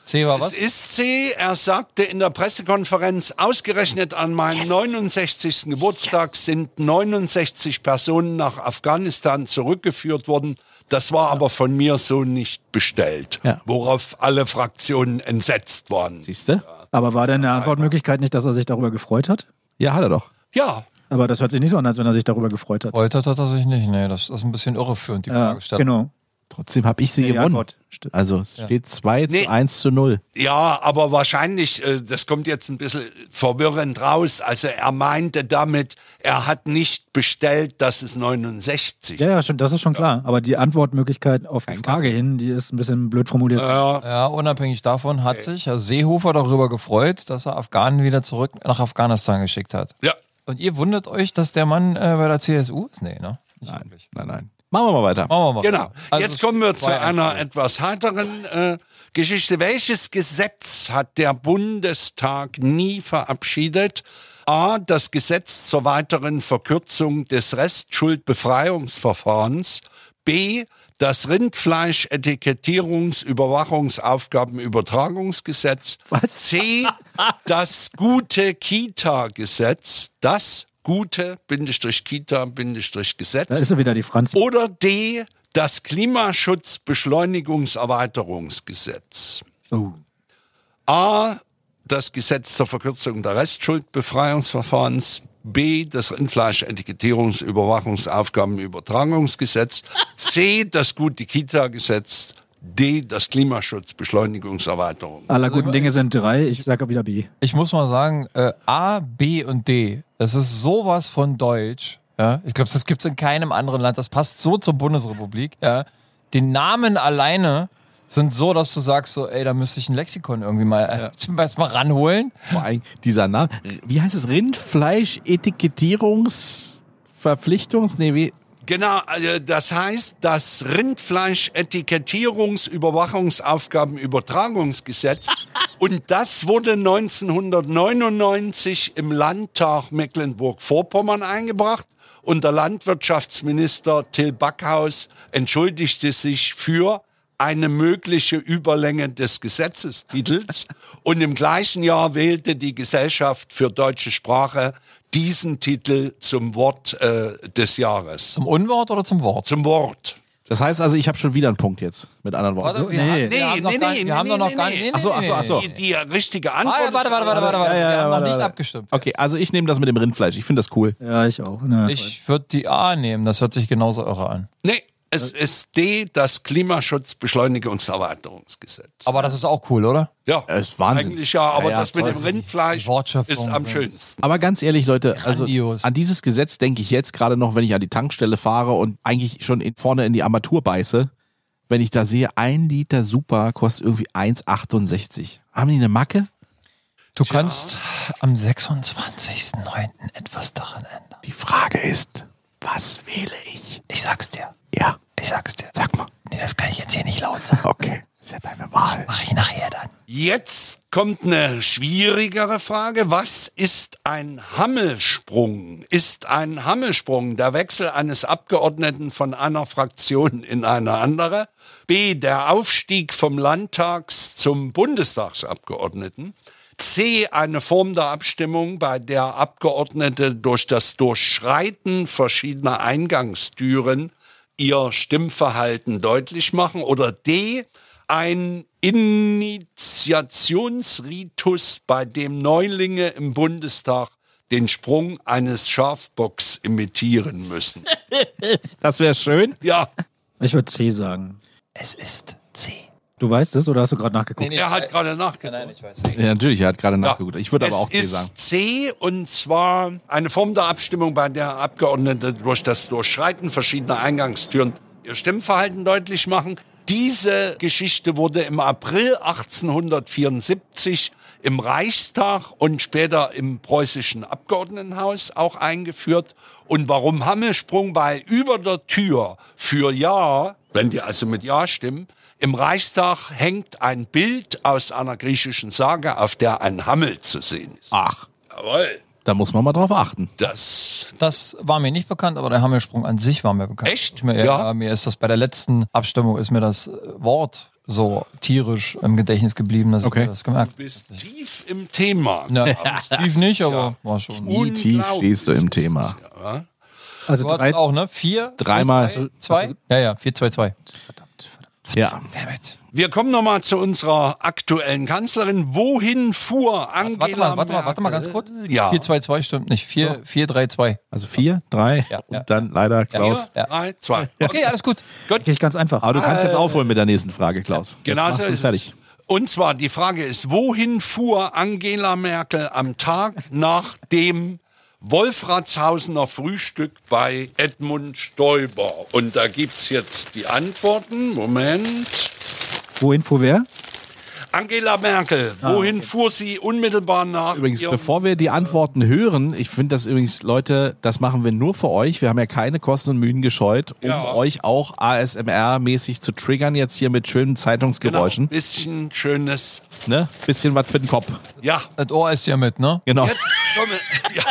D: C war
B: Es
D: was?
B: ist C. Er sagte in der Pressekonferenz, ausgerechnet an meinem 69. Geburtstag sind 69 Personen nach Afghanistan zurückgeführt worden. Das war aber von mir so nicht bestellt,
A: Ja.
B: worauf alle Fraktionen entsetzt waren.
A: Siehst du?
E: Aber war denn eine Antwortmöglichkeit nicht, dass er sich darüber gefreut hat?
A: Ja, hat er doch.
B: Ja,
E: Aber das hört sich nicht so an, als wenn er sich darüber gefreut hat.
D: Foltert hat er sich nicht. Nee, das ist ein bisschen irreführend, die
E: Ja,
D: Fragestellung.
E: genau.
A: Trotzdem habe ich sie
E: Die
A: gewonnen.
E: Antwort. Stimmt.
A: Also es steht 2
B: Nee.
A: zu 1 zu 0.
B: Ja, aber wahrscheinlich, äh, das kommt jetzt ein bisschen verwirrend raus. Also er meinte damit, er hat nicht bestellt, dass es 69.
E: Ja, ja, schon, das ist schon klar. Aber die Antwortmöglichkeit auf die Frage hin, die ist ein bisschen blöd formuliert.
D: Ja, unabhängig davon hat sich Herr Seehofer darüber gefreut, dass er Afghanen wieder zurück nach Afghanistan geschickt hat.
B: Ja.
D: Und ihr wundert euch, dass der Mann äh, bei der CSU ist? Nee, ne? Nicht
A: Nein,
D: wirklich.
A: nein, nein. Machen wir mal weiter.
D: Machen wir mal.
B: Genau.
D: Also
B: Jetzt kommen wir zu
D: zwei, eins,
B: einer
D: zwei.
B: etwas heiteren äh, Geschichte. Welches Gesetz hat der Bundestag nie verabschiedet? A. Das Gesetz zur weiteren Verkürzung des Restschuldbefreiungsverfahrens. B. Das Rindfleisch-Etikettierungs-, Überwachungsaufgabenübertragungsgesetz. C. Das gute Kita-Gesetz. Das gute Bindestrich Kita Bindestrich Gesetz.
E: Da ist er wieder, die Franz.
D: Oh.
B: Oder D, das Klimaschutzbeschleunigungserweiterungsgesetz.
E: Oh.
B: A, das Gesetz zur Verkürzung der Restschuldbefreiungsverfahrens. B, das Rindfleisch-Etikettierungsüberwachungsaufgabenübertragungsgesetz. C, das Gute-Kita-Gesetz. D, das Klimaschutzbeschleunigungserweiterung.
D: Also
E: Aller guten Dinge sind drei. Ich sage wieder B.
D: Ich muss mal sagen, äh, A, B und D, das ist sowas von deutsch. Ja? Ich glaube, das gibt es in keinem anderen Land. Das passt so zur Bundesrepublik. Ja? Die Namen alleine sind so, dass du sagst, so, ey, da müsste ich ein Lexikon irgendwie mal, äh, erst mal ranholen.
A: Vor allem dieser Name. Wie heißt es? Rindfleisch-Etikettierungsverpflichtungs... Nee, wie?
B: Genau, also das heißt, das Rindfleisch-Etikettierungs-Überwachungsaufgabenübertragungsgesetz und das wurde 1999 im Landtag Mecklenburg-Vorpommern eingebracht und der Landwirtschaftsminister Till Backhaus entschuldigte sich für eine mögliche Überlänge des Gesetzestitels und im gleichen Jahr wählte die Gesellschaft für deutsche Sprache diesen Titel zum Wort äh, des Jahres.
D: Zum Unwort oder zum Wort?
B: Zum Wort.
A: Das heißt also, ich habe schon wieder einen Punkt jetzt. Mit anderen Worten.
D: wir
E: nee.
D: haben- wir
B: Nee,
D: haben noch
B: nee,
D: gar-
B: nee,
D: wir haben
B: nee,
D: doch noch
B: nee,
D: gar
B: nee.
D: nicht.
A: Ach so, ach so, ach so.
B: Die, die richtige
D: Warte,
B: Antwort
D: Ah, warte, warte, warte, warte, warte.
A: Ja, ja,
D: Wir haben noch
A: warte,
D: nicht
A: warte.
D: abgestimmt.
A: Okay, also ich nehme das mit dem Rindfleisch. Ich finde das cool.
E: Ja, ich auch. Na,
D: Ich würde die A nehmen, das hört sich genauso irre an.
B: Nee, es ist D, das Klimaschutzbeschleunigungserweiterungsgesetz.
D: Aber das ist auch cool, oder?
B: Ja,
A: Das ist Wahnsinn.
B: eigentlich ja, aber
A: Ja, ja,
B: das mit
A: toll.
B: dem Rindfleisch
D: Die Wortschöpfung
B: ist am
D: sind-
B: schönsten.
A: Aber ganz ehrlich, Leute, also
D: Grandios.
A: an dieses Gesetz denke ich jetzt gerade noch, wenn ich an die Tankstelle fahre und eigentlich schon in, vorne in die Armatur beiße. Wenn ich da sehe, ein Liter Super kostet irgendwie 1,68. Haben die eine Macke?
D: Du kannst am 26.09. etwas daran ändern.
A: Die Frage ist, was wähle ich?
D: Ich sag's dir.
A: Ja.
D: Ich sag's dir.
A: Sag mal.
D: Nee, das kann ich jetzt hier nicht laut sagen.
A: Okay. Ist ja deine Wahl.
D: Mach ich nachher dann.
B: Jetzt kommt eine schwierigere Frage. Was ist ein Hammelsprung? Ist ein Hammelsprung der Wechsel eines Abgeordneten von einer Fraktion in eine andere? B. Der Aufstieg vom Landtags zum Bundestagsabgeordneten? C. Eine Form der Abstimmung, bei der Abgeordnete durch das Durchschreiten verschiedener Eingangstüren ihr Stimmverhalten deutlich machen? Oder D. Ein Initiationsritus, bei dem Neulinge im Bundestag den Sprung eines Schafbocks imitieren müssen.
A: Das wäre schön.
B: Ja,
E: Ich würde C sagen.
D: Es ist C.
E: Du weißt es oder hast du gerade nachgeguckt?
D: Nee,
B: er hat gerade nachgedacht.
D: Nein, ich weiß.
A: Ja, natürlich, er hat gerade
B: Ja.
A: nachgeguckt. Ich würde aber auch
B: es
A: C
B: ist
A: sagen.
B: C und zwar eine Form der Abstimmung, bei der Abgeordnete durch das Durchschreiten verschiedener Eingangstüren ihr Stimmverhalten deutlich machen. Diese Geschichte wurde im April 1874 im Reichstag und später im preußischen Abgeordnetenhaus auch eingeführt. Und warum Hammelsprung? Weil über der Tür für Ja, wenn die also mit Ja stimmen, im Reichstag hängt ein Bild aus einer griechischen Sage, auf der ein Hammel zu sehen ist.
A: Ach,
B: Jawohl.
A: da muss man mal drauf achten.
B: Das.
D: Das war mir nicht bekannt, aber der Hammelsprung an sich war mir bekannt.
B: Echt?
D: Mir,
B: Ja.
D: ja. Mir ist das bei der letzten Abstimmung ist mir das äh, Wort so tierisch im Gedächtnis geblieben, dass
A: Okay.
D: ich mir das gemerkt habe.
B: Bist tief im Thema.
D: Na, Steve nicht, aber war schon.
A: Wie tief stehst du im Thema?
E: Also
D: Du
E: drei,
D: hattest auch, ne? Vier?
A: Dreimal.
D: drei, Zwei? Ja, ja, vier, zwei, zwei.
A: Ja.
D: Dammit.
B: Wir kommen nochmal zu unserer aktuellen Kanzlerin. Wohin fuhr Angela
D: Warte mal, warte mal,
B: Merkel?
D: warte mal ganz kurz.
B: Ja.
D: Vier, zwei, zwei stimmt nicht. Vier, vier, drei, zwei.
A: Also vier, drei
D: Ja,
A: und
D: ja.
A: dann leider
B: Vier,
A: Klaus.
D: Ja.
B: drei, zwei.
D: Okay, alles gut.
E: wirklich ganz einfach.
A: Aber du kannst jetzt aufholen mit der nächsten Frage, Klaus. Jetzt
B: Genau
A: machst
B: so
A: du's
B: ist
A: fertig.
B: es. Und zwar die Frage ist, wohin fuhr Angela Merkel am Tag nach dem Wolfratshausener Frühstück bei Edmund Stoiber? Und da gibt es jetzt die Antworten. Moment.
E: Wohin fuhr wer?
B: Angela Merkel,
D: Ah,
B: wohin fuhr sie unmittelbar nach
A: Übrigens,
B: ihrem-
A: bevor wir die Antworten hören, ich finde das übrigens, Leute, das machen wir nur für euch. Wir haben ja keine Kosten und Mühen gescheut, um
B: Ja.
A: euch auch ASMR-mäßig zu triggern, jetzt hier mit schönen
B: genau,
A: Zeitungsgeräuschen.
B: bisschen schönes.
A: Ne? Bisschen was für den Kopf.
B: Ja,
D: Das Ohr ist ja mit, ne?
A: Genau.
B: Jetzt komme. Ja.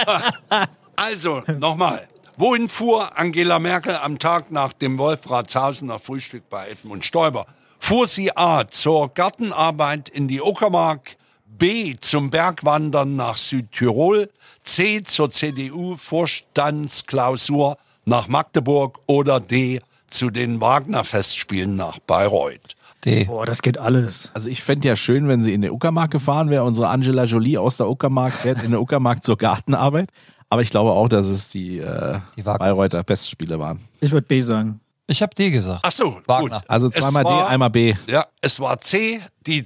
B: Also, nochmal. Wohin fuhr Angela Merkel am Tag nach dem Wolfratshausener Frühstück bei Edmund Stoiber? Fuhr sie A. zur Gartenarbeit in die Uckermark, B. zum Bergwandern nach Südtirol, C. zur CDU-Vorstandsklausur nach Magdeburg oder D. zu den Wagner-Festspielen nach Bayreuth?
D: D.
E: Boah, das geht alles.
A: Also ich fände ja schön, wenn sie in der Uckermark gefahren wäre. Unsere Angela Jolie aus der Uckermark fährt in der Uckermark zur Gartenarbeit. Aber ich glaube auch, dass es die, äh,
D: Die Wagner-
A: Bayreuther Festspiele waren.
E: Ich würde B sagen.
D: Ich habe D gesagt.
B: Ach so,
D: Wagner.
B: gut.
A: Also
B: Es
A: zweimal D,
B: war-
A: einmal B.
B: Ja, es war C, die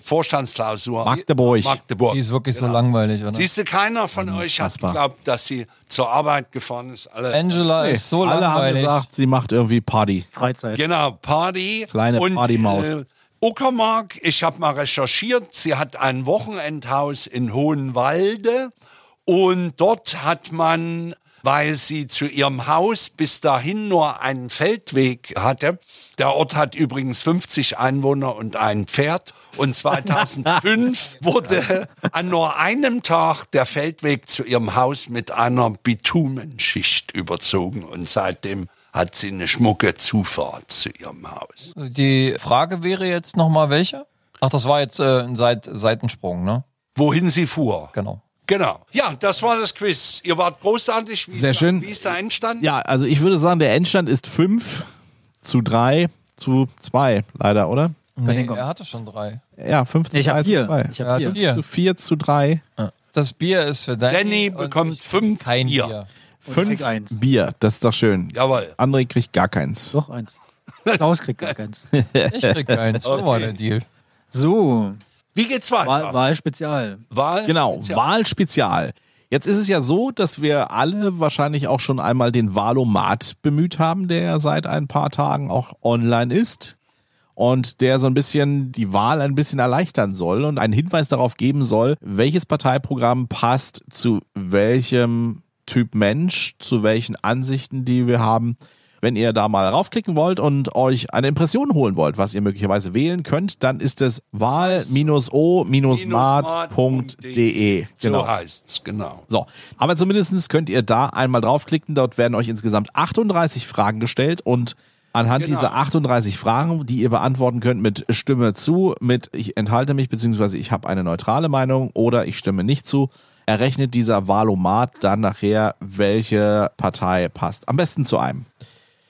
B: CDU-Vorstandsklausur
A: Magdeburg. Mhm,
B: Magdeburg.
D: Die ist wirklich so langweilig, oder?
B: Siehst du, keiner von euch hat
A: unfassbar.
B: geglaubt, dass sie zur Arbeit gefahren ist. Alle.
D: Angela ist so
A: Alle haben
D: langweilig.
A: gesagt, sie macht irgendwie Party.
E: Freizeit.
B: Genau, Party.
A: Kleine Partymaus.
B: äh, Uckermark, ich habe mal recherchiert, sie hat ein Wochenendhaus in Hohenwalde und dort hat man, weil sie zu ihrem Haus bis dahin nur einen Feldweg hatte, der Ort hat übrigens 50 Einwohner und ein Pferd und 2005 wurde an nur einem Tag der Feldweg zu ihrem Haus mit einer Bitumenschicht überzogen und seitdem hat sie eine schmucke Zufahrt zu ihrem Haus.
D: Die Frage wäre jetzt nochmal welche? Ach, das war jetzt äh, ein Seit Seitensprung, ne?
B: Wohin sie fuhr.
D: Genau.
B: Genau. Ja, das war das Quiz. Ihr wart großartig, wie,
A: Sehr
B: es, da,
A: schön.
B: wie es da entstand.
A: Ja, also ich würde sagen, der Endstand ist 5 zu 3 zu 2, leider, oder?
D: Nee, er hatte schon drei.
A: Ja, 5 zu
E: Ich
A: 3
E: habe
A: zu
E: vier.
A: 2.
E: Ich
D: Ja,
E: habe vier.
D: vier.
A: Zu 4 zu 3.
D: Das Bier ist für Danny.
B: Danny
D: und
B: bekommt
D: ich
B: fünf
D: kein
B: Bier.
D: Bier.
E: krieg eins.
A: Bier, das ist doch schön.
B: Jawohl.
A: André kriegt gar keins.
E: Doch, eins. Klaus kriegt gar keins.
D: Ich krieg keins. So war der Deal.
E: So,
B: Wie geht's weiter?
E: Wahl, Wahlspezial.
B: Wahl?
A: Genau, Wahlspezial. Jetzt ist es ja so, dass wir alle wahrscheinlich auch schon einmal den Wahlomat bemüht haben, der ja seit ein paar Tagen auch online ist und der so ein bisschen die Wahl ein bisschen erleichtern soll und einen Hinweis darauf geben soll, welches Parteiprogramm passt zu welchem Typ Mensch, zu welchen Ansichten, die wir haben. Wenn ihr da mal raufklicken wollt und euch eine Impression holen wollt, was ihr möglicherweise wählen könnt, dann ist es wahl-o-mart.de.
B: So heißt's, genau.
A: So, aber zumindestens könnt ihr da einmal draufklicken. Dort werden euch insgesamt 38 Fragen gestellt und anhand
B: Genau.
A: dieser 38 Fragen, die ihr beantworten könnt mit Stimme zu, mit ich enthalte mich beziehungsweise ich habe eine neutrale Meinung oder ich stimme nicht zu, errechnet dieser Wahlomat dann nachher, welche Partei passt am besten zu einem.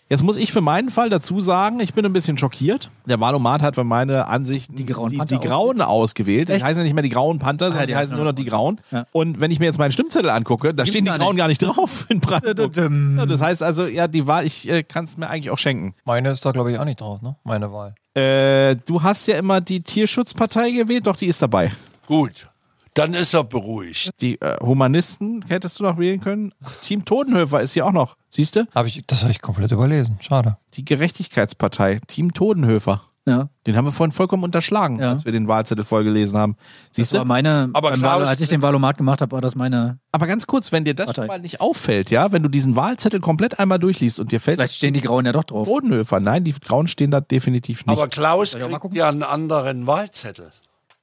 A: Jetzt muss ich für meinen Fall dazu sagen, ich bin ein bisschen schockiert. Der Wahlomat hat für meine Ansicht die
E: Grauen
A: die,
E: Panther
A: Grauen ausgewählt. Die
E: Echt?
A: heißen ja nicht mehr die Grauen Panther, sondern
E: die
A: die heißen
E: heißen
A: nur noch die Grauen.
E: Ja.
A: Und wenn ich mir jetzt meinen Stimmzettel angucke, da stehen die
E: gar
A: Grauen gar nicht drauf in Brandenburg.
E: Dö-dö-düm.
A: Ja, Das heißt also, ja, die Wahl, ich äh, kann es mir eigentlich auch schenken.
D: Meine ist da, glaube ich, auch nicht drauf, ne? Meine Wahl.
A: Äh, du hast ja immer die Tierschutzpartei gewählt, doch die ist dabei.
B: Gut, dann ist er beruhigt.
A: Die äh, Humanisten hättest du noch wählen können. Team Todenhöfer ist hier auch noch. Siehst du?
D: Hab ich, das habe ich komplett überlesen. Schade.
A: Die Gerechtigkeitspartei, Team Todenhöfer.
E: Ja.
A: Den haben wir vorhin vollkommen unterschlagen,
E: Ja.
A: als wir den Wahlzettel vorgelesen haben.
E: Das
A: Siehst
E: war
A: du?
E: meine,
B: Aber
E: beim
B: Klaus-
E: Valo, als ich den Valomat gemacht habe, war das meine.
A: Aber ganz kurz, wenn dir das
E: Partei.
A: schon mal nicht auffällt, ja, wenn du diesen Wahlzettel komplett einmal durchliest und dir fällt
E: Vielleicht stehen die Grauen ja doch drauf.
A: Bodenhöfer. Nein, die Grauen stehen da definitiv nicht.
B: Aber
E: ich
B: Klaus
E: auch mal
B: kriegt
E: gucken?
B: ja einen anderen Wahlzettel.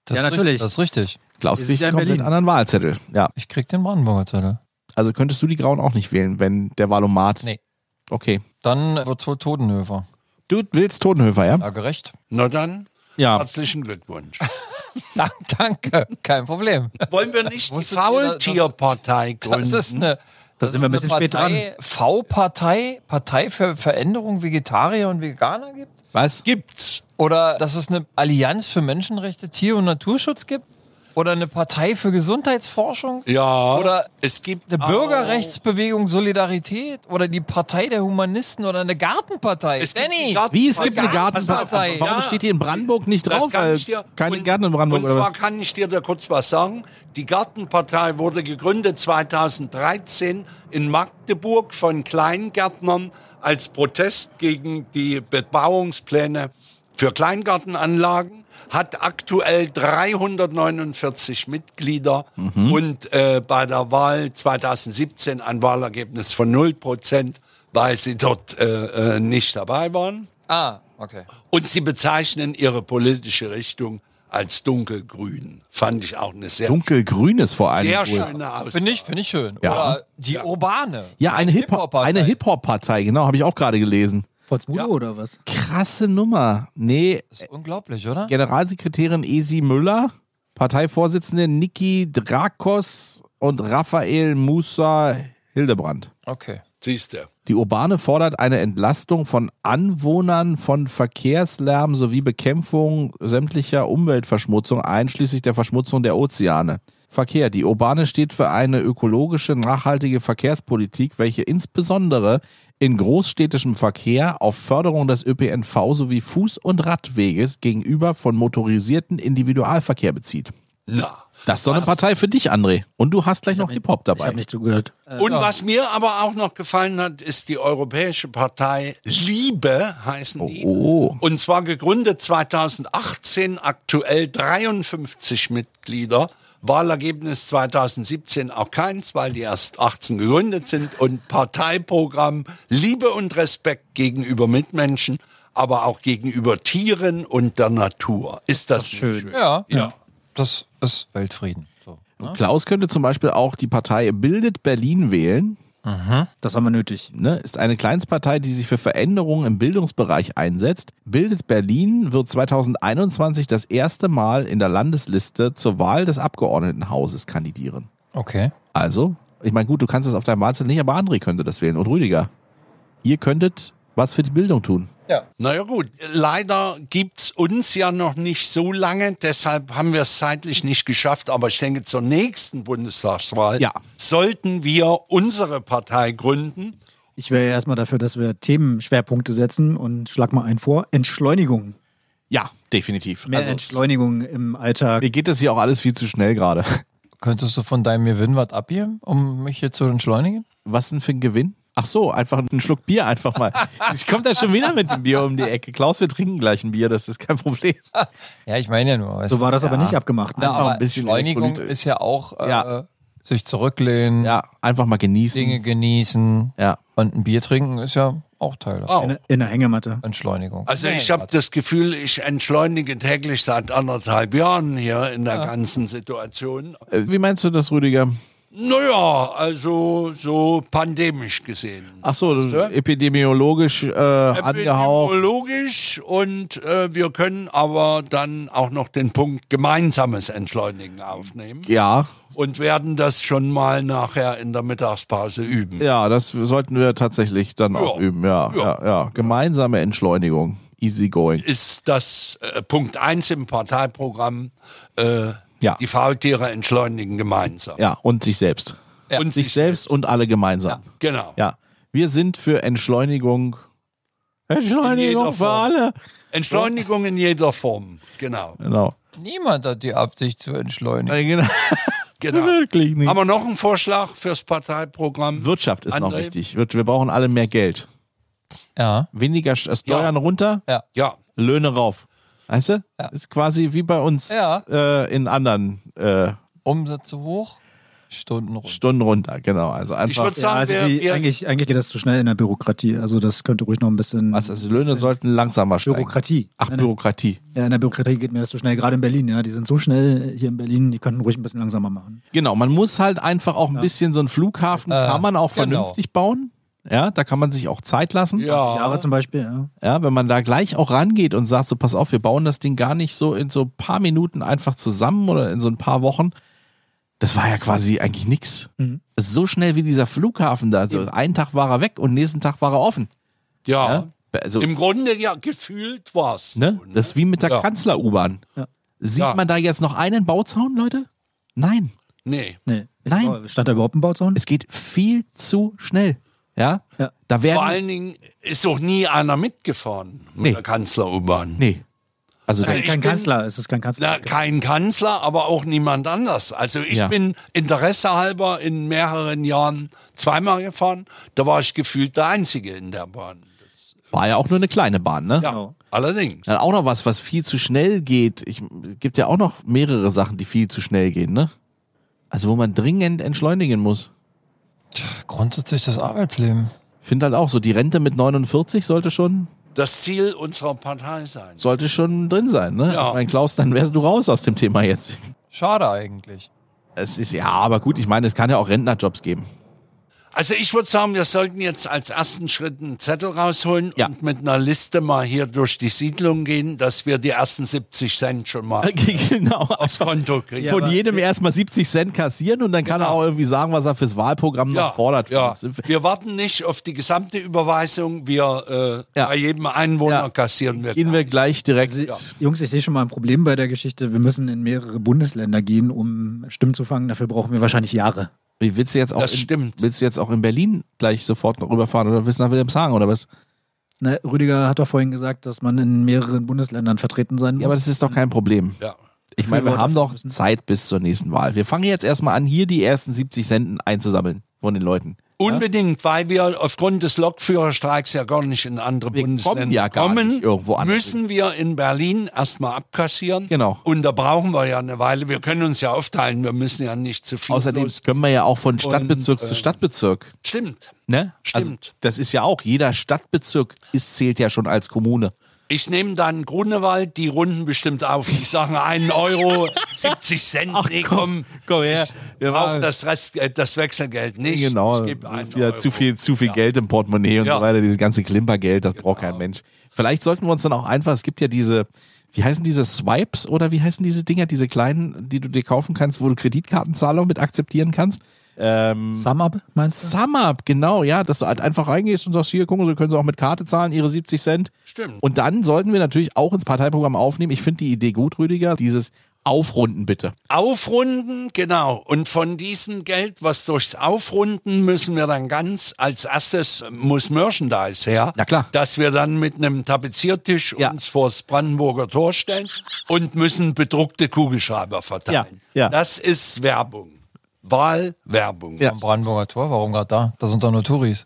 D: Das
E: Ja,
D: ist richtig-
E: natürlich.
D: Das ist richtig.
A: Klaus
E: wir sind
A: kriegt
E: ja
A: einen
E: in
A: komplett
E: Berlin.
A: anderen Wahlzettel. Ja,
D: Ich krieg den Brandenburger Zettel.
A: also könntest du die Grauen auch nicht wählen, wenn der Wahlomat.
D: Nee.
A: Okay.
D: Dann wird's wohl Todenhöfer.
A: Du willst Totenhöfer, ja?
D: Ja, gerecht.
B: Na dann,
A: Ja.
B: herzlichen Glückwunsch.
D: Dank, danke. Kein Problem.
B: Wollen wir nicht die
D: Wusstet ihr, dass-
B: Faultierpartei gründen?
D: Das ist eine. Das
E: sind wir ein
D: ist
E: bisschen
D: eine
E: spät
D: Partei- V-Partei, Partei für Veränderung Vegetarier und Veganer gibt?
A: Was?
B: Gibt's.
D: Oder dass es eine Allianz für Menschenrechte, Tier- und Naturschutz gibt? Oder eine Partei für Gesundheitsforschung?
B: Ja.
D: Oder
B: es gibt
D: Eine
B: auch-
D: Bürgerrechtsbewegung Solidarität oder die Partei der Humanisten oder eine Gartenpartei.
B: Es gibt die
D: Danny,
B: Garten-
A: Wie, es gibt eine
B: Ja,
A: Gartenpartei.
D: Gartenpartei,
A: Warum
B: ja.
A: steht die in Brandenburg nicht
B: Das
A: drauf?
B: kann
A: Weil
B: ich dir,
A: keine
B: und-
A: Gärten in Brandenburg
B: Und
A: oder
B: zwar
A: was?
B: kann ich dir da kurz was sagen. Die Gartenpartei wurde gegründet 2013 in Magdeburg von Kleingärtnern als Protest gegen die Bebauungspläne für Kleingartenanlagen hat aktuell 349 Mitglieder
A: Mhm.
B: und äh, bei der Wahl 2017 ein Wahlergebnis von 0 Prozent, weil sie dort äh, äh, nicht dabei waren.
D: ah, okay.
B: Und sie bezeichnen ihre politische Richtung als dunkelgrün. Fand ich auch eine sehr,
A: Dunkelgrün ist vor allem.
B: sehr
A: cool.
B: schöne Aussage.
D: Finde ich, finde ich schön.
A: Ja.
D: Oder die urbane.
A: Ja, eine Hip-Hop,
D: Hip-Hop-Partei.
A: eine Hip-Hop-Partei, genau, habe ich auch gerade gelesen.
E: Potsmudo oder was?
A: Krasse Nummer. Nee,
D: Das ist unglaublich, oder?
A: Generalsekretärin Esi Müller, Parteivorsitzende Niki Drakos und Raphael Musa Hildebrand.
D: Okay.
B: Siehst du.
A: Die Urbane fordert eine Entlastung von Anwohnern von Verkehrslärm sowie Bekämpfung sämtlicher Umweltverschmutzung, einschließlich der Verschmutzung der Ozeane. Verkehr. Die Urbane steht für eine ökologische, nachhaltige Verkehrspolitik, welche insbesondere in großstädtischem Verkehr auf Förderung des ÖPNV sowie Fuß- und Radweges gegenüber von motorisierten Individualverkehr bezieht.
B: Na.
A: Das ist doch eine Partei für dich, André. Und du hast gleich noch Hip-Hop
E: Ich
A: dabei.
E: habe nicht zugehört.
B: Und was mir aber auch noch gefallen hat, ist die Europäische Partei Liebe, heißen die.
A: Oh.
B: Und zwar gegründet 2018, aktuell 53 Mitglieder. Wahlergebnis 2017 auch keins, weil die erst 18 gegründet sind. Und Parteiprogramm Liebe und Respekt gegenüber Mitmenschen, aber auch gegenüber Tieren und der Natur. Ist das, nicht schön?
D: Ja.
B: Ja.
D: Das ist Weltfrieden. So.
A: Klaus könnte zum Beispiel auch die Partei Bildet Berlin wählen.
E: Das haben wir nötig.
A: ne, ist eine Kleinstpartei, die sich für Veränderungen im Bildungsbereich einsetzt. Bildet Berlin wird 2021 das erste Mal in der Landesliste zur Wahl des Abgeordnetenhauses kandidieren.
D: Okay.
A: Also, ich meine, gut, du kannst das auf deinem Wahlzettel nicht, aber André könnte das wählen und Rüdiger. Ihr könntet was für die Bildung tun.
D: Ja.
B: Naja gut, leider gibt's uns ja noch nicht so lange, deshalb haben wir es zeitlich nicht geschafft, aber ich denke, zur nächsten Bundestagswahl
A: Ja.
B: sollten wir unsere Partei gründen.
E: Ich wäre ja erstmal dafür, dass wir Themenschwerpunkte setzen und schlag mal einen vor. Entschleunigung.
A: Ja, definitiv.
E: Mehr
A: also,
E: Entschleunigung im Alltag.
A: mir geht das hier auch alles viel zu schnell gerade.
D: Könntest du von deinem Gewinn was abgeben, um mich hier zu entschleunigen?
A: Was denn für ein Gewinn? Ach so, einfach einen Schluck Bier einfach mal. Ich komme da schon wieder mit dem Bier um die Ecke. Klaus, wir trinken gleich ein Bier, das ist kein Problem.
D: Ja, ich meine ja nur. weißt
E: So
D: du.
E: war das aber nicht abgemacht. ne?
D: Na,
A: einfach
D: aber
A: ein bisschen
D: Entschleunigung
A: Elektrolyte.
D: ist ja auch äh,
A: Ja.
D: Sich zurücklehnen,
A: Ja, einfach mal genießen.
D: Dinge genießen
A: Ja.
D: und ein Bier trinken ist ja auch Teil der
B: Oh.
E: In, in der Hängematte.
D: Entschleunigung.
B: Also ich habe das Gefühl, ich entschleunige täglich seit anderthalb Jahren hier in der ganzen Situation.
A: Äh, Wie meinst du das, Rüdiger?
B: Naja, also so pandemisch gesehen.
A: Ach so, das ist
B: Sir?
A: epidemiologisch äh, angehaucht.
B: Epidemiologisch und äh, wir können aber dann auch noch den Punkt gemeinsames Entschleunigen aufnehmen
A: Ja,
B: und werden das schon mal nachher in der Mittagspause üben.
A: ja, das sollten wir tatsächlich dann auch
B: Ja.
A: üben. Ja, ja,
B: Ja.
A: ja. Gemeinsame Entschleunigung. Easy going.
B: Ist das äh, Punkt 1 im Parteiprogramm, äh,
A: Ja.
B: die Faultiere entschleunigen gemeinsam.
A: Ja, und sich selbst.
B: Und
A: Sich selbst und alle gemeinsam.
B: Genau.
A: Ja. Wir sind für Entschleunigung. Entschleunigung für
B: Form.
A: alle.
B: Entschleunigung in jeder Form. Genau.
A: Genau.
D: Niemand hat die Absicht zu entschleunigen.
A: Äh, genau.
B: genau.
A: Wirklich nicht.
B: Haben wir noch einen Vorschlag fürs Parteiprogramm?
A: Wirtschaft ist noch
B: André?
A: wichtig. Wir, wir brauchen alle mehr Geld.
D: Ja.
A: Weniger Sch- äh, Steuern runter,
B: Ja.
A: Löhne rauf. Weißt du? Ist quasi wie bei uns
D: Ja.
A: äh, in anderen äh,
D: Umsätze hoch, Stunden runter.
A: Stunden runter. Genau. Also
B: Ich
A: einfach.
B: würde sagen,
E: also
B: wir,
E: die,
B: wir,
E: eigentlich, eigentlich geht das zu schnell in der Bürokratie. Also das könnte ruhig noch ein bisschen.
A: Was, also Löhne sollten langsamer steigen.
E: Bürokratie. Nein,
A: Ach,
E: nein.
A: Bürokratie.
E: Ja, in der Bürokratie geht mir das zu schnell, gerade in Berlin. Ja, die sind so schnell hier in Berlin, die könnten ruhig ein bisschen langsamer machen.
A: Genau, man muss halt einfach auch ein bisschen so einen Flughafen,
B: Äh,
A: kann man auch
D: genau.
A: vernünftig bauen. Ja, da kann man sich auch Zeit lassen.
B: ja.
E: Ja, aber zum Beispiel, ja.
A: Ja, wenn man da gleich auch rangeht und sagt, so pass auf, wir bauen das Ding gar nicht so in so ein paar Minuten einfach zusammen oder in so ein paar Wochen. Das war ja quasi eigentlich nix. Also So schnell wie dieser Flughafen da. Also einen Tag war er weg und nächsten Tag war er offen.
B: Ja.
A: Ja? Also,
B: Im Grunde ja gefühlt war's.
A: ne?
B: so, ne?
A: Das ist wie mit der
B: Ja.
A: Kanzler-U-Bahn. Sieht
B: Ja.
A: man da jetzt noch einen Bauzaun, Leute? Nein.
B: nee.
E: Nee.
A: Nein.
E: Oh, Stand da überhaupt ein Bauzaun?
A: Es geht viel zu schnell. Ja?
E: Ja.
A: Da
B: Vor
A: werden.
B: allen Dingen ist auch nie einer mitgefahren mit
A: Nee.
B: der Kanzler-U-Bahn.
A: Nee. Also, da-
B: Also ich
E: kein
B: bin-
E: Kanzler, es ist kein
B: Na,
E: Kanzler.
B: kein Kanzler, aber auch niemand anders. Also ich
A: Ja.
B: bin interessehalber in mehreren Jahren zweimal gefahren. Da war ich gefühlt der Einzige in der Bahn.
A: war ja auch nur eine kleine Bahn, ne?
B: Ja,
E: Genau.
B: allerdings.
A: Dann auch noch was, was viel zu schnell geht. Ich gibt ja auch noch mehrere Sachen, die viel zu schnell gehen, ne? Also wo man dringend entschleunigen muss.
D: Grundsätzlich das Arbeitsleben.
A: Ich finde halt auch so, die Rente mit 49 sollte schon,
B: Das Ziel unserer Partei sein.
A: sollte schon drin sein, ne?
B: Ja.
A: Ich mein Klaus, dann wärst du raus aus dem Thema jetzt.
D: Schade eigentlich.
A: Es ist ja, aber gut, ich meine, es kann ja auch Rentnerjobs geben.
B: Also ich würde sagen, wir sollten jetzt als ersten Schritt einen Zettel rausholen
A: Ja.
B: und mit einer Liste mal hier durch die Siedlung gehen, dass wir die ersten 70 Cent schon mal
A: genau.
B: aufs Konto kriegen.
A: Von jedem erstmal 70 Cent kassieren und dann kann er auch irgendwie sagen, was er fürs Wahlprogramm noch fordert.
B: ja.
A: Von uns.
B: Wir warten nicht auf die gesamte Überweisung. Wir äh,
A: Ja.
B: bei jedem Einwohner
A: Ja.
B: kassieren wir.
A: Gehen wir gleich direkt.
E: Jungs, ich sehe schon mal ein Problem bei der Geschichte. Wir müssen in mehrere Bundesländer gehen, um Stimmen zu fangen. Dafür brauchen wir wahrscheinlich Jahre.
A: Wie, Willst du, jetzt auch
B: Das
A: in,
B: stimmt.
A: willst du jetzt auch in Berlin gleich sofort noch rüberfahren oder willst du nach Wilhelmshagen oder was?
E: Ne, Rüdiger hat doch vorhin gesagt, dass man in mehreren Bundesländern vertreten sein muss.
A: Ja, aber das ist doch kein Problem.
B: Ja.
A: Ich meine, wir
E: Befürworter
A: haben doch
E: müssen.
A: Zeit bis zur nächsten Wahl. Wir fangen jetzt erstmal an, hier die ersten 70 Centen einzusammeln von den Leuten.
B: Unbedingt, weil wir aufgrund des Lokführerstreiks ja gar nicht in andere
A: Wir kommen
B: Bundesländer
A: ja gar
B: kommen,
A: nicht irgendwo anders
B: müssen wir in Berlin erstmal abkassieren.
A: Genau.
B: Und da brauchen wir ja eine Weile. Wir können uns ja aufteilen. Wir müssen ja nicht zu viel.
A: Außerdem
B: los-
A: können wir ja auch von Stadtbezirk zu Stadtbezirk.
B: Stimmt.
A: Ne?
B: stimmt.
A: das ist ja auch, jeder Stadtbezirk ist, zählt ja schon als Kommune.
B: Ich nehme dann Grunewald, die runden bestimmt auf. Ich sage einen Euro, 70 Cent. Ach, nee, komm,
A: komm her. Wir
B: Wir auch
A: machen-
B: das, Rest, äh, das Wechselgeld nicht.
A: Genau,
B: Ich
A: das
B: gebe einen
A: ist wieder
B: Euro.
A: zu viel, zu viel Geld im Portemonnaie und
B: Ja. Genau.
A: so weiter, dieses ganze Klimpergeld, das braucht kein Mensch. Vielleicht sollten wir uns dann auch einfach, es gibt ja diese, wie heißen diese Swipes oder wie heißen diese Dinger, diese kleinen, die du dir kaufen kannst, wo du Kreditkartenzahlung mit akzeptieren kannst?
E: Hm. SumUp, meinst du?
A: SumUp, genau, ja, dass du halt einfach reingehst und sagst, hier, gucken Sie, können Sie auch mit Karte zahlen, Ihre 70 Cent.
B: Stimmt.
A: Und dann sollten wir natürlich auch ins Parteiprogramm aufnehmen. Ich finde die Idee gut, Rüdiger, dieses Aufrunden bitte.
B: Aufrunden, genau. Und von diesem Geld, was durchs Aufrunden, müssen wir dann ganz als erstes äh, muss Merchandise her.
A: Na klar.
B: Dass wir dann mit einem Tapeziertisch
A: Ja.
B: uns vors Brandenburger Tor stellen und müssen bedruckte Kugelschreiber verteilen.
A: Ja, ja.
B: Das ist Werbung. Wahlwerbung.
A: Ja.
D: Am Brandenburger Tor, warum gerade da? Da sind doch nur Touris.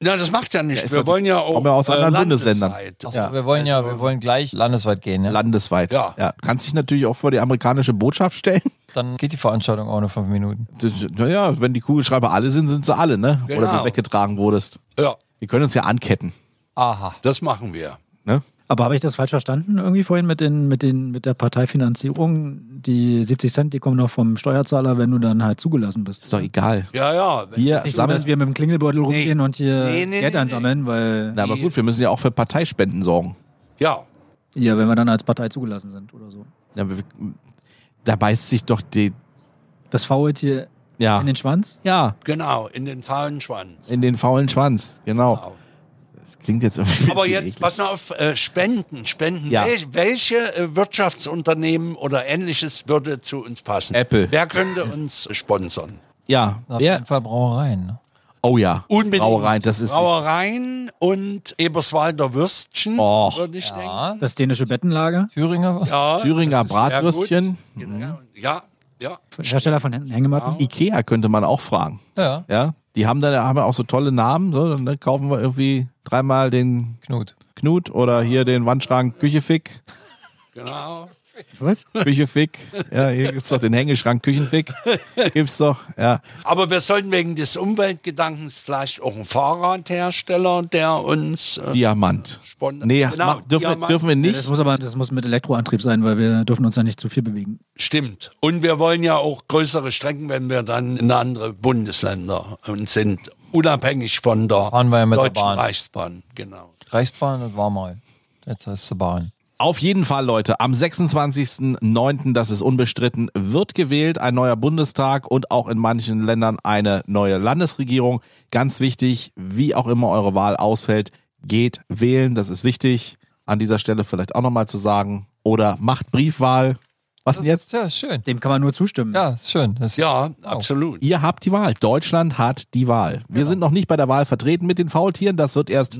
B: Na, das macht ja nichts.
A: ist
B: wir
A: doch-
B: wollen ja auch äh,
A: kommen ja aus anderen Bundesländern.
B: landesweit.
D: Achso, wir wollen ja, wir wollen gleich landesweit gehen. Ja?
A: Landesweit.
B: Ja.
A: Kannst dich natürlich auch vor die amerikanische Botschaft stellen.
D: Dann geht die Veranstaltung auch nur fünf Minuten.
A: Das- Naja, wenn die Kugelschreiber alle sind, sind sie alle, ne? Oder
B: Genau.
A: du weggetragen wurdest.
B: Ja,
A: Wir können uns ja anketten.
D: Aha.
B: das machen wir.
A: Ne?
E: Aber habe ich das falsch verstanden irgendwie vorhin mit, den, mit, den, mit der Parteifinanzierung? Die 70 Cent, die kommen noch vom Steuerzahler, wenn du dann halt zugelassen bist. ne?
A: Ist doch egal.
B: Ja, ja.
A: Wir
E: Nicht so,
A: sammeln.
E: dass wir mit dem Klingelbeutel rumgehen und hier
B: Nee, nee,
E: Geld
B: nee,
E: einsammeln, weil
A: Na, aber gut, wir müssen ja auch für Parteispenden sorgen.
B: Ja.
E: ja, wenn wir dann als Partei zugelassen sind oder so.
A: Ja, wir, da beißt sich doch die.
E: Das Faultier
A: Ja.
E: in den Schwanz?
A: ja,
B: Genau, in den faulen Schwanz.
A: in den faulen Schwanz. Genau.
B: Genau.
A: Das klingt jetzt irgendwie.
B: Aber
A: ein bisschen
B: jetzt,
A: eklig.
B: pass mal auf, äh, Spenden, Spenden.
A: Ja.
B: Wel welche äh, Wirtschaftsunternehmen oder ähnliches würde zu uns passen?
A: Apple.
B: Wer könnte uns sponsern?
A: Ja,
D: Auf
A: wer?
D: jeden Fall Brauereien. Ne?
A: Oh ja.
B: Unbedingt.
A: Brauereien, das ist.
B: Brauereien und Eberswalder Würstchen,
A: Och.
B: würde ich denken.
D: Ja,
E: Das dänische Bettenlager?
D: Thüringer.
B: Ja,
A: Thüringer
B: das ist sehr
A: Bratwürstchen. Mhm.
B: gut. Genau. Ja, ja.
E: Hersteller von Händen- Hängematten?
A: Ikea könnte man auch fragen.
D: Ja,
A: Ja, die haben dann haben ja auch so tolle Namen. So, dann ne, kaufen wir irgendwie dreimal den
D: Knut.
A: Knut oder hier den Wandschrank Küchefick.
B: Genau.
E: Was?
A: Küchefick. Ja, hier gibt's doch den Hängeschrank Küchenfick. Gibt's doch. Ja,
B: Aber wir sollten wegen des Umweltgedankens vielleicht auch einen Fahrradhersteller, der uns äh,
A: Diamant.
B: sponsert.
A: Nee, mach, dürfen, wir,
B: Diamant.
A: dürfen wir
E: Das
A: nicht.
E: muss aber das muss mit Elektroantrieb sein, weil wir dürfen uns ja nicht zu viel bewegen.
B: Stimmt. Und wir wollen ja auch größere Strecken, wenn wir dann in andere Bundesländer äh, und sind unabhängig von der
D: Fahren wir ja mit der
B: Deutschen
D: Bahn.
B: Reichsbahn. Genau.
D: Reichsbahn, das war mal. Jetzt heißt es Bahn.
A: Auf jeden Fall, Leute, am 26.09., das ist unbestritten, wird gewählt ein neuer Bundestag und auch in manchen Ländern eine neue Landesregierung. Ganz wichtig, wie auch immer eure Wahl ausfällt, geht wählen, das ist wichtig. An dieser Stelle vielleicht auch nochmal zu sagen. Oder macht Briefwahl. Was denn jetzt?
D: Ja, ist schön.
E: Dem kann man nur zustimmen.
D: Ja, ist schön. Das
B: Ja, absolut.
A: Ihr habt die Wahl. Deutschland hat die Wahl. Wir
B: Genau.
A: sind noch nicht bei der Wahl vertreten mit den Faultieren. Das wird erst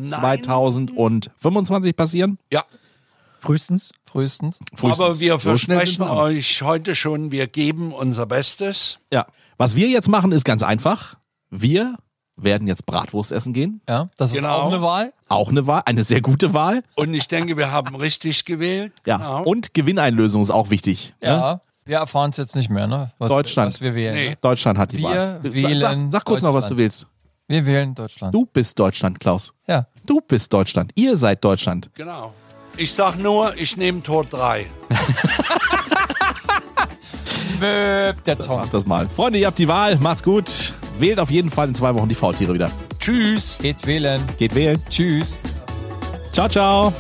A: 2025 passieren.
B: Ja.
E: Frühestens.
D: frühestens.
A: Frühestens.
B: Aber wir
A: So schnell sind
B: versprechen
A: wir auch nicht.
B: euch heute schon, wir geben unser Bestes.
A: Ja. Was wir jetzt machen, ist ganz einfach. Wir werden jetzt Bratwurst essen gehen.
D: Ja, das
B: Genau.
D: ist auch eine Wahl.
A: Auch eine Wahl, eine sehr gute Wahl.
B: Und ich denke, wir haben richtig gewählt.
A: Ja.
B: Genau.
A: Und Gewinneinlösung ist auch wichtig.
D: Ja.
A: Ne?
D: Wir erfahren es jetzt nicht mehr, ne? Was,
A: Deutschland.
D: Was wir wählen.
B: Nee.
D: Ne?
A: Deutschland hat die
D: Wir
A: Wahl.
D: wählen
A: sag, sag, sag kurz noch, was du
D: Deutschland.
A: willst.
D: Wir wählen Deutschland.
A: Du bist Deutschland, Klaus.
D: Ja.
A: Du bist Deutschland. Ihr seid Deutschland.
B: Genau. Ich sag nur, ich nehme Tor 3.
D: Möb, der Zorn.
A: Macht das mal. Freunde, ihr habt die Wahl. Macht's gut. Wählt auf jeden Fall in zwei Wochen die Faultiere wieder.
B: Tschüss.
D: Geht wählen.
A: Geht wählen.
D: Tschüss.
A: Ciao, ciao.